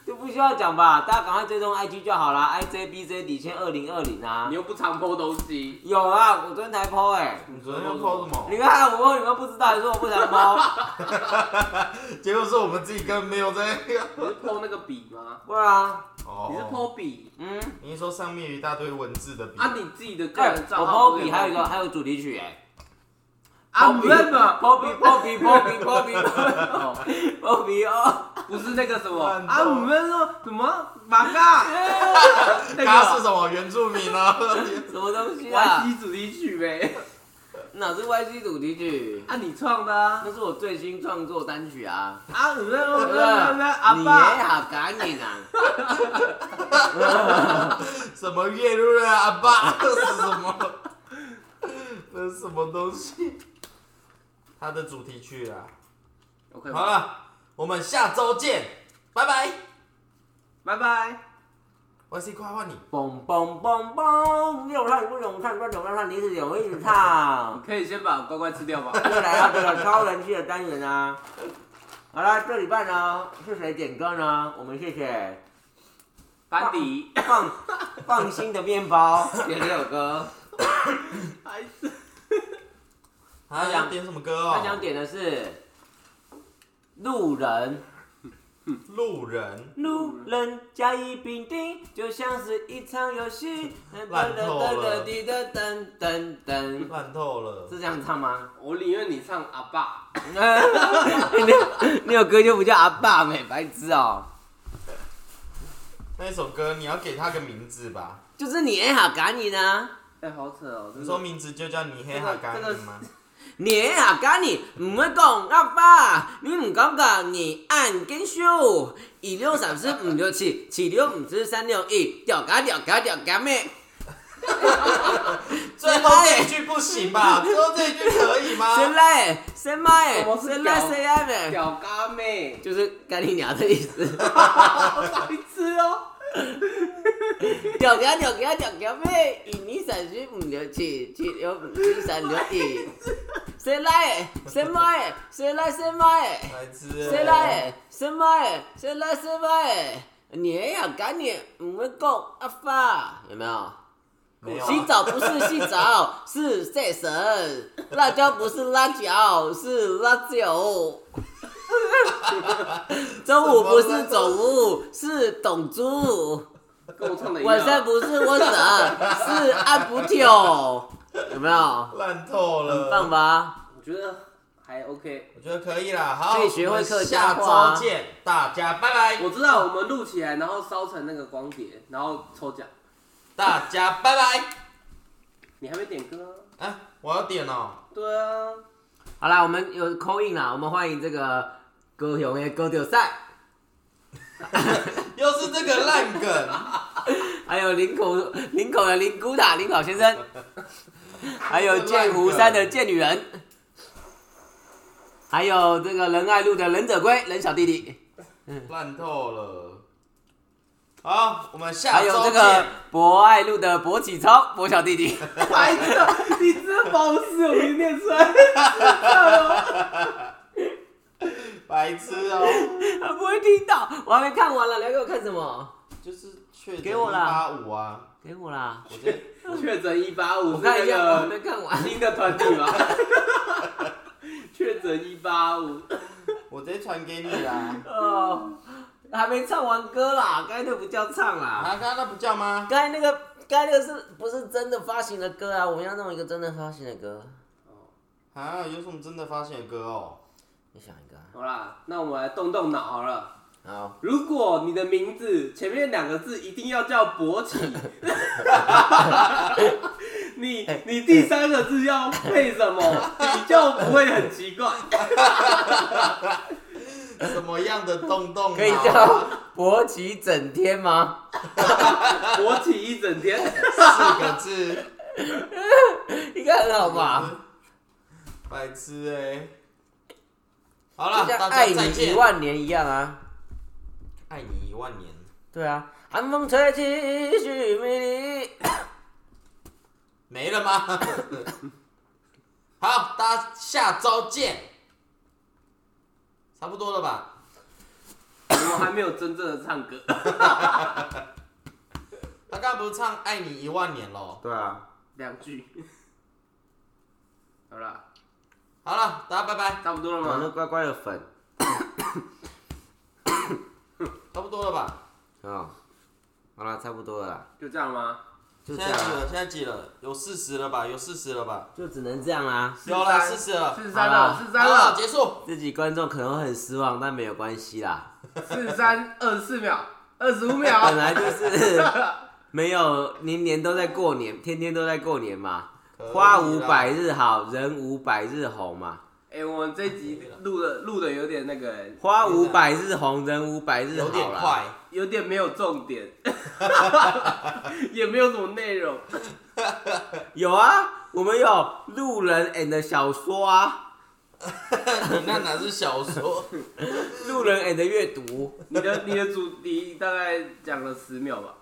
[SPEAKER 5] 就不需要讲吧，大家赶快追踪 IG 就好啦 i j b j 底线二零二零啊
[SPEAKER 1] 你。又不常剖东西，
[SPEAKER 5] 有啊，我昨天才 PO 哎、
[SPEAKER 2] 你昨天又抛什么？
[SPEAKER 5] 你看我问你们不知道，你说我不想 PO，
[SPEAKER 2] 结果是我们自己根本没有在 那个。
[SPEAKER 1] 你是剖那个笔吗？
[SPEAKER 5] 对啊，
[SPEAKER 2] 哦，
[SPEAKER 1] 你是剖笔
[SPEAKER 5] 嗯，
[SPEAKER 2] 你是说上面有一大堆文字的笔？
[SPEAKER 1] 啊？你自己的个
[SPEAKER 5] 哎、
[SPEAKER 1] 人账号
[SPEAKER 5] 我
[SPEAKER 1] 不
[SPEAKER 5] PO
[SPEAKER 1] 可以
[SPEAKER 5] 比还有一个还有主题曲哎、
[SPEAKER 1] 啊，不认嘛？
[SPEAKER 5] 波 比波比波 比波比
[SPEAKER 1] 哦
[SPEAKER 5] 波比哦，
[SPEAKER 1] 不是那个什么
[SPEAKER 2] 乱
[SPEAKER 1] 啊，
[SPEAKER 2] 斗
[SPEAKER 1] 我们说什么马 嘎？那个
[SPEAKER 2] 他是
[SPEAKER 1] 啊
[SPEAKER 2] 什么原住民啊？
[SPEAKER 5] 什么东西啊？
[SPEAKER 1] YC 主题曲呗，
[SPEAKER 5] 哪是 YG 主题曲？
[SPEAKER 1] 啊你创的啊，
[SPEAKER 5] 那是我最新创作单曲啊！
[SPEAKER 1] 啊我们
[SPEAKER 5] 对
[SPEAKER 1] 说
[SPEAKER 5] 不
[SPEAKER 1] 什
[SPEAKER 5] 对？啊
[SPEAKER 1] 么阿
[SPEAKER 5] 你也
[SPEAKER 1] 爸，
[SPEAKER 5] 好赶紧啊！
[SPEAKER 2] 什么月入啊？阿爸 是什么？ 那是什么东西？他的主题曲啊。
[SPEAKER 1] OK，
[SPEAKER 2] 好了，我们下周见，拜拜。
[SPEAKER 1] 拜拜。
[SPEAKER 2] YC 快换你，
[SPEAKER 5] 嘣嘣嘣嘣，又唱不用唱，观众要唱，你一直有一直唱
[SPEAKER 1] 你。可以先把乖乖吃掉吧。
[SPEAKER 5] 又来到这个超人气的单元啊！好了，这礼拜呢是谁点歌呢？我们谢谢
[SPEAKER 1] 班底
[SPEAKER 5] 放放心的面包点这首歌，
[SPEAKER 1] 还是
[SPEAKER 2] 他想点什么歌
[SPEAKER 5] 他想
[SPEAKER 2] 哦？
[SPEAKER 5] 点的是路人。
[SPEAKER 2] 路人。
[SPEAKER 5] 路人甲乙丙丁，就像是一场游戏。噔
[SPEAKER 2] 烂
[SPEAKER 5] 噔
[SPEAKER 2] 透 了
[SPEAKER 5] 噔噔噔噔噔，
[SPEAKER 2] 烂透了，
[SPEAKER 5] 是这样唱吗？ 嗯
[SPEAKER 1] 我宁愿你唱阿爸，
[SPEAKER 5] 你有你有歌就不叫阿爸美白痴哦。
[SPEAKER 2] 那一首歌，你要给它个名字吧？
[SPEAKER 5] 就是你也好赶你呢，
[SPEAKER 1] 哎、好扯哦！
[SPEAKER 2] 你说名字就叫你黑哈嘎尼吗？
[SPEAKER 5] 你也好赶你，唔会讲阿爸，你唔讲讲你按跟数，一六三四五六七，七六五四三六一，掉嘎掉嘎掉嘎咩？
[SPEAKER 2] 最后这一句不行 吧？最后这一句可以
[SPEAKER 5] 谁
[SPEAKER 2] 吗？
[SPEAKER 5] 来？谁买
[SPEAKER 1] 什么？是
[SPEAKER 5] 谁来？
[SPEAKER 1] 屌
[SPEAKER 5] 谁爱咩？
[SPEAKER 1] 屌嘎 妹，
[SPEAKER 5] 就是干你娘的意思，
[SPEAKER 1] 好白痴哦！
[SPEAKER 5] 掉嘎掉嘎掉嘎咩？一二三四五六七，七六五四三六一，谁来？谁买？谁来？谁买？
[SPEAKER 2] 来自
[SPEAKER 5] 谁来？谁买？谁来？谁买？你呀，赶紧唔会讲阿发，有没有？
[SPEAKER 2] 没有啊
[SPEAKER 5] 洗澡不是洗澡，是晒神。辣椒不是辣椒，是辣椒。中午不是中午，是董猪。
[SPEAKER 1] 跟我唱的一样。
[SPEAKER 5] 晚上不是我神，是阿不跳。有没有？
[SPEAKER 2] 烂透了，
[SPEAKER 5] 很棒吧？
[SPEAKER 1] 我觉得还 OK。
[SPEAKER 2] 我觉得可以啦。好，
[SPEAKER 5] 可以学会客家
[SPEAKER 2] 我们下
[SPEAKER 5] 话
[SPEAKER 2] 周见，大家拜拜，
[SPEAKER 1] 我知道我们录起来，然后烧成那个光碟，然后抽奖。
[SPEAKER 2] 大家拜拜。
[SPEAKER 1] 你还没点歌？
[SPEAKER 2] 啊，我要点哦。
[SPEAKER 1] 对啊，
[SPEAKER 5] 好啦，我们有扣印啦，我们欢迎这个高雄的高丢赛。
[SPEAKER 2] 又是这个烂梗，
[SPEAKER 5] 还有林口林口的林古塔林口先生，还有剑湖山的剑女人，还有这个仁爱路的忍者龟忍小弟弟，
[SPEAKER 2] 烂透了。好，我们下
[SPEAKER 5] 还
[SPEAKER 2] 周
[SPEAKER 5] 有这
[SPEAKER 2] 见。
[SPEAKER 5] 个博爱路的博启超博小弟弟。
[SPEAKER 1] 白痴！哎你这把我室友名念出 来，
[SPEAKER 2] 白痴哦，
[SPEAKER 5] 他不会听到，我还没看完了，你要给我看什么？
[SPEAKER 2] 就是确
[SPEAKER 5] 给我啦
[SPEAKER 2] 八五啊，
[SPEAKER 5] 给我啦，
[SPEAKER 2] 我这
[SPEAKER 1] 确诊一八五
[SPEAKER 5] 我
[SPEAKER 1] 是
[SPEAKER 5] 看
[SPEAKER 1] 那
[SPEAKER 5] 一下，我还
[SPEAKER 1] 个
[SPEAKER 5] 没看完。
[SPEAKER 1] 新的团体吗？ 确诊一八五，
[SPEAKER 2] 我直接传给你啦。
[SPEAKER 5] 哦，还没唱完歌啦，刚才那不叫唱啦。
[SPEAKER 2] 啊，刚刚那不叫吗？
[SPEAKER 5] 刚才那个，刚才那个是不是真的发行的歌啊？我们要弄一个真的发行的歌，
[SPEAKER 2] 啊，有什么真的发现的歌哦？
[SPEAKER 5] 你想一个啊。
[SPEAKER 1] 好啦，那我们来动动脑好了。
[SPEAKER 5] 好，
[SPEAKER 1] 如果你的名字前面两个字一定要叫博起， 你
[SPEAKER 5] 哎
[SPEAKER 1] 你第三个字要配什 么，你就不会很奇怪。
[SPEAKER 2] 什么样的洞洞啊？
[SPEAKER 5] 可以叫博奇整天吗？
[SPEAKER 1] 博起一整天，
[SPEAKER 2] 四个字，
[SPEAKER 5] 应该很好吧？
[SPEAKER 2] 白痴哎、好了，
[SPEAKER 5] 就
[SPEAKER 2] 大
[SPEAKER 5] 像
[SPEAKER 2] 家
[SPEAKER 5] 爱
[SPEAKER 2] 再
[SPEAKER 5] 你一
[SPEAKER 2] 见。
[SPEAKER 5] 万年一样啊。
[SPEAKER 2] 爱你一万年。
[SPEAKER 5] 对啊，寒风吹起，许美丽。
[SPEAKER 2] 没了吗？ 好，大家下周见。差不多了吧？
[SPEAKER 1] 我们还没有真正的唱歌。
[SPEAKER 2] 他刚刚不是唱《爱你一万年》喽？
[SPEAKER 3] 对啊，
[SPEAKER 1] 两句。好啦，
[SPEAKER 2] 好了，大家拜拜，
[SPEAKER 1] 差不多了
[SPEAKER 3] 我那
[SPEAKER 1] 吗？
[SPEAKER 3] 乖乖的粉
[SPEAKER 2] 差不多了吧？
[SPEAKER 5] 哦
[SPEAKER 3] 啊，好啦，差不多了啦，
[SPEAKER 1] 就这样吗？
[SPEAKER 3] 就
[SPEAKER 2] 现
[SPEAKER 3] 这
[SPEAKER 2] 在
[SPEAKER 3] 样
[SPEAKER 2] 几了？
[SPEAKER 3] 啦，
[SPEAKER 2] 现在几了？有四十了吧？有四十了吧？
[SPEAKER 5] 啊就只能这样啦、
[SPEAKER 2] 有了，四十了。
[SPEAKER 1] 四三了
[SPEAKER 5] 好啦，
[SPEAKER 1] 四三
[SPEAKER 2] 好了，
[SPEAKER 1] 了，
[SPEAKER 2] 结束。
[SPEAKER 5] 自己观众可能会很失望，但没有关系啦。
[SPEAKER 1] 四三二十四秒，二十五秒。
[SPEAKER 5] 本来就是 没有，年年都在过年，天天都在过年嘛。花无百日好，人无百日红嘛。
[SPEAKER 1] 哎、我们这一集录的录的有点那个、哎
[SPEAKER 5] 花无百日红，人无百日
[SPEAKER 2] 有点
[SPEAKER 5] 好啦。
[SPEAKER 2] 快。
[SPEAKER 1] 有点没有重点，也没有什么内容。
[SPEAKER 5] 有啊，我们有路人 and 小说啊，
[SPEAKER 2] 你那哪啊是小说？
[SPEAKER 5] 路人 and 阅读，
[SPEAKER 1] 你的你的主题大概讲了十秒吧，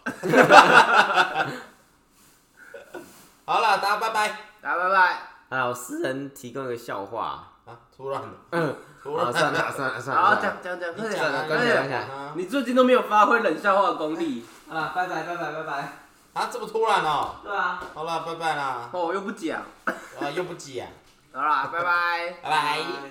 [SPEAKER 2] 好了，大家拜拜。
[SPEAKER 1] 大家拜拜。
[SPEAKER 5] 还有私人提供一个笑话。
[SPEAKER 2] 啊，突然的，
[SPEAKER 5] 嗯，
[SPEAKER 2] 突
[SPEAKER 5] 好，
[SPEAKER 2] 然
[SPEAKER 5] 算了
[SPEAKER 2] 的。
[SPEAKER 5] 算了算
[SPEAKER 1] 好，
[SPEAKER 5] 了，
[SPEAKER 1] 讲讲讲，快
[SPEAKER 2] 你
[SPEAKER 1] 点
[SPEAKER 2] 讲啊，
[SPEAKER 1] 快
[SPEAKER 5] 快
[SPEAKER 1] 点！
[SPEAKER 5] 点
[SPEAKER 2] 啊！
[SPEAKER 1] 你最近都没有发挥冷笑话的功力，
[SPEAKER 5] 啊，拜拜拜拜拜拜。
[SPEAKER 2] 啊，这么突然哦。
[SPEAKER 5] 对啊，
[SPEAKER 2] 好了，拜拜啦。
[SPEAKER 1] 哦，又不讲。
[SPEAKER 2] 啊，又不急啊。
[SPEAKER 1] 好啦，拜拜。
[SPEAKER 2] 拜拜。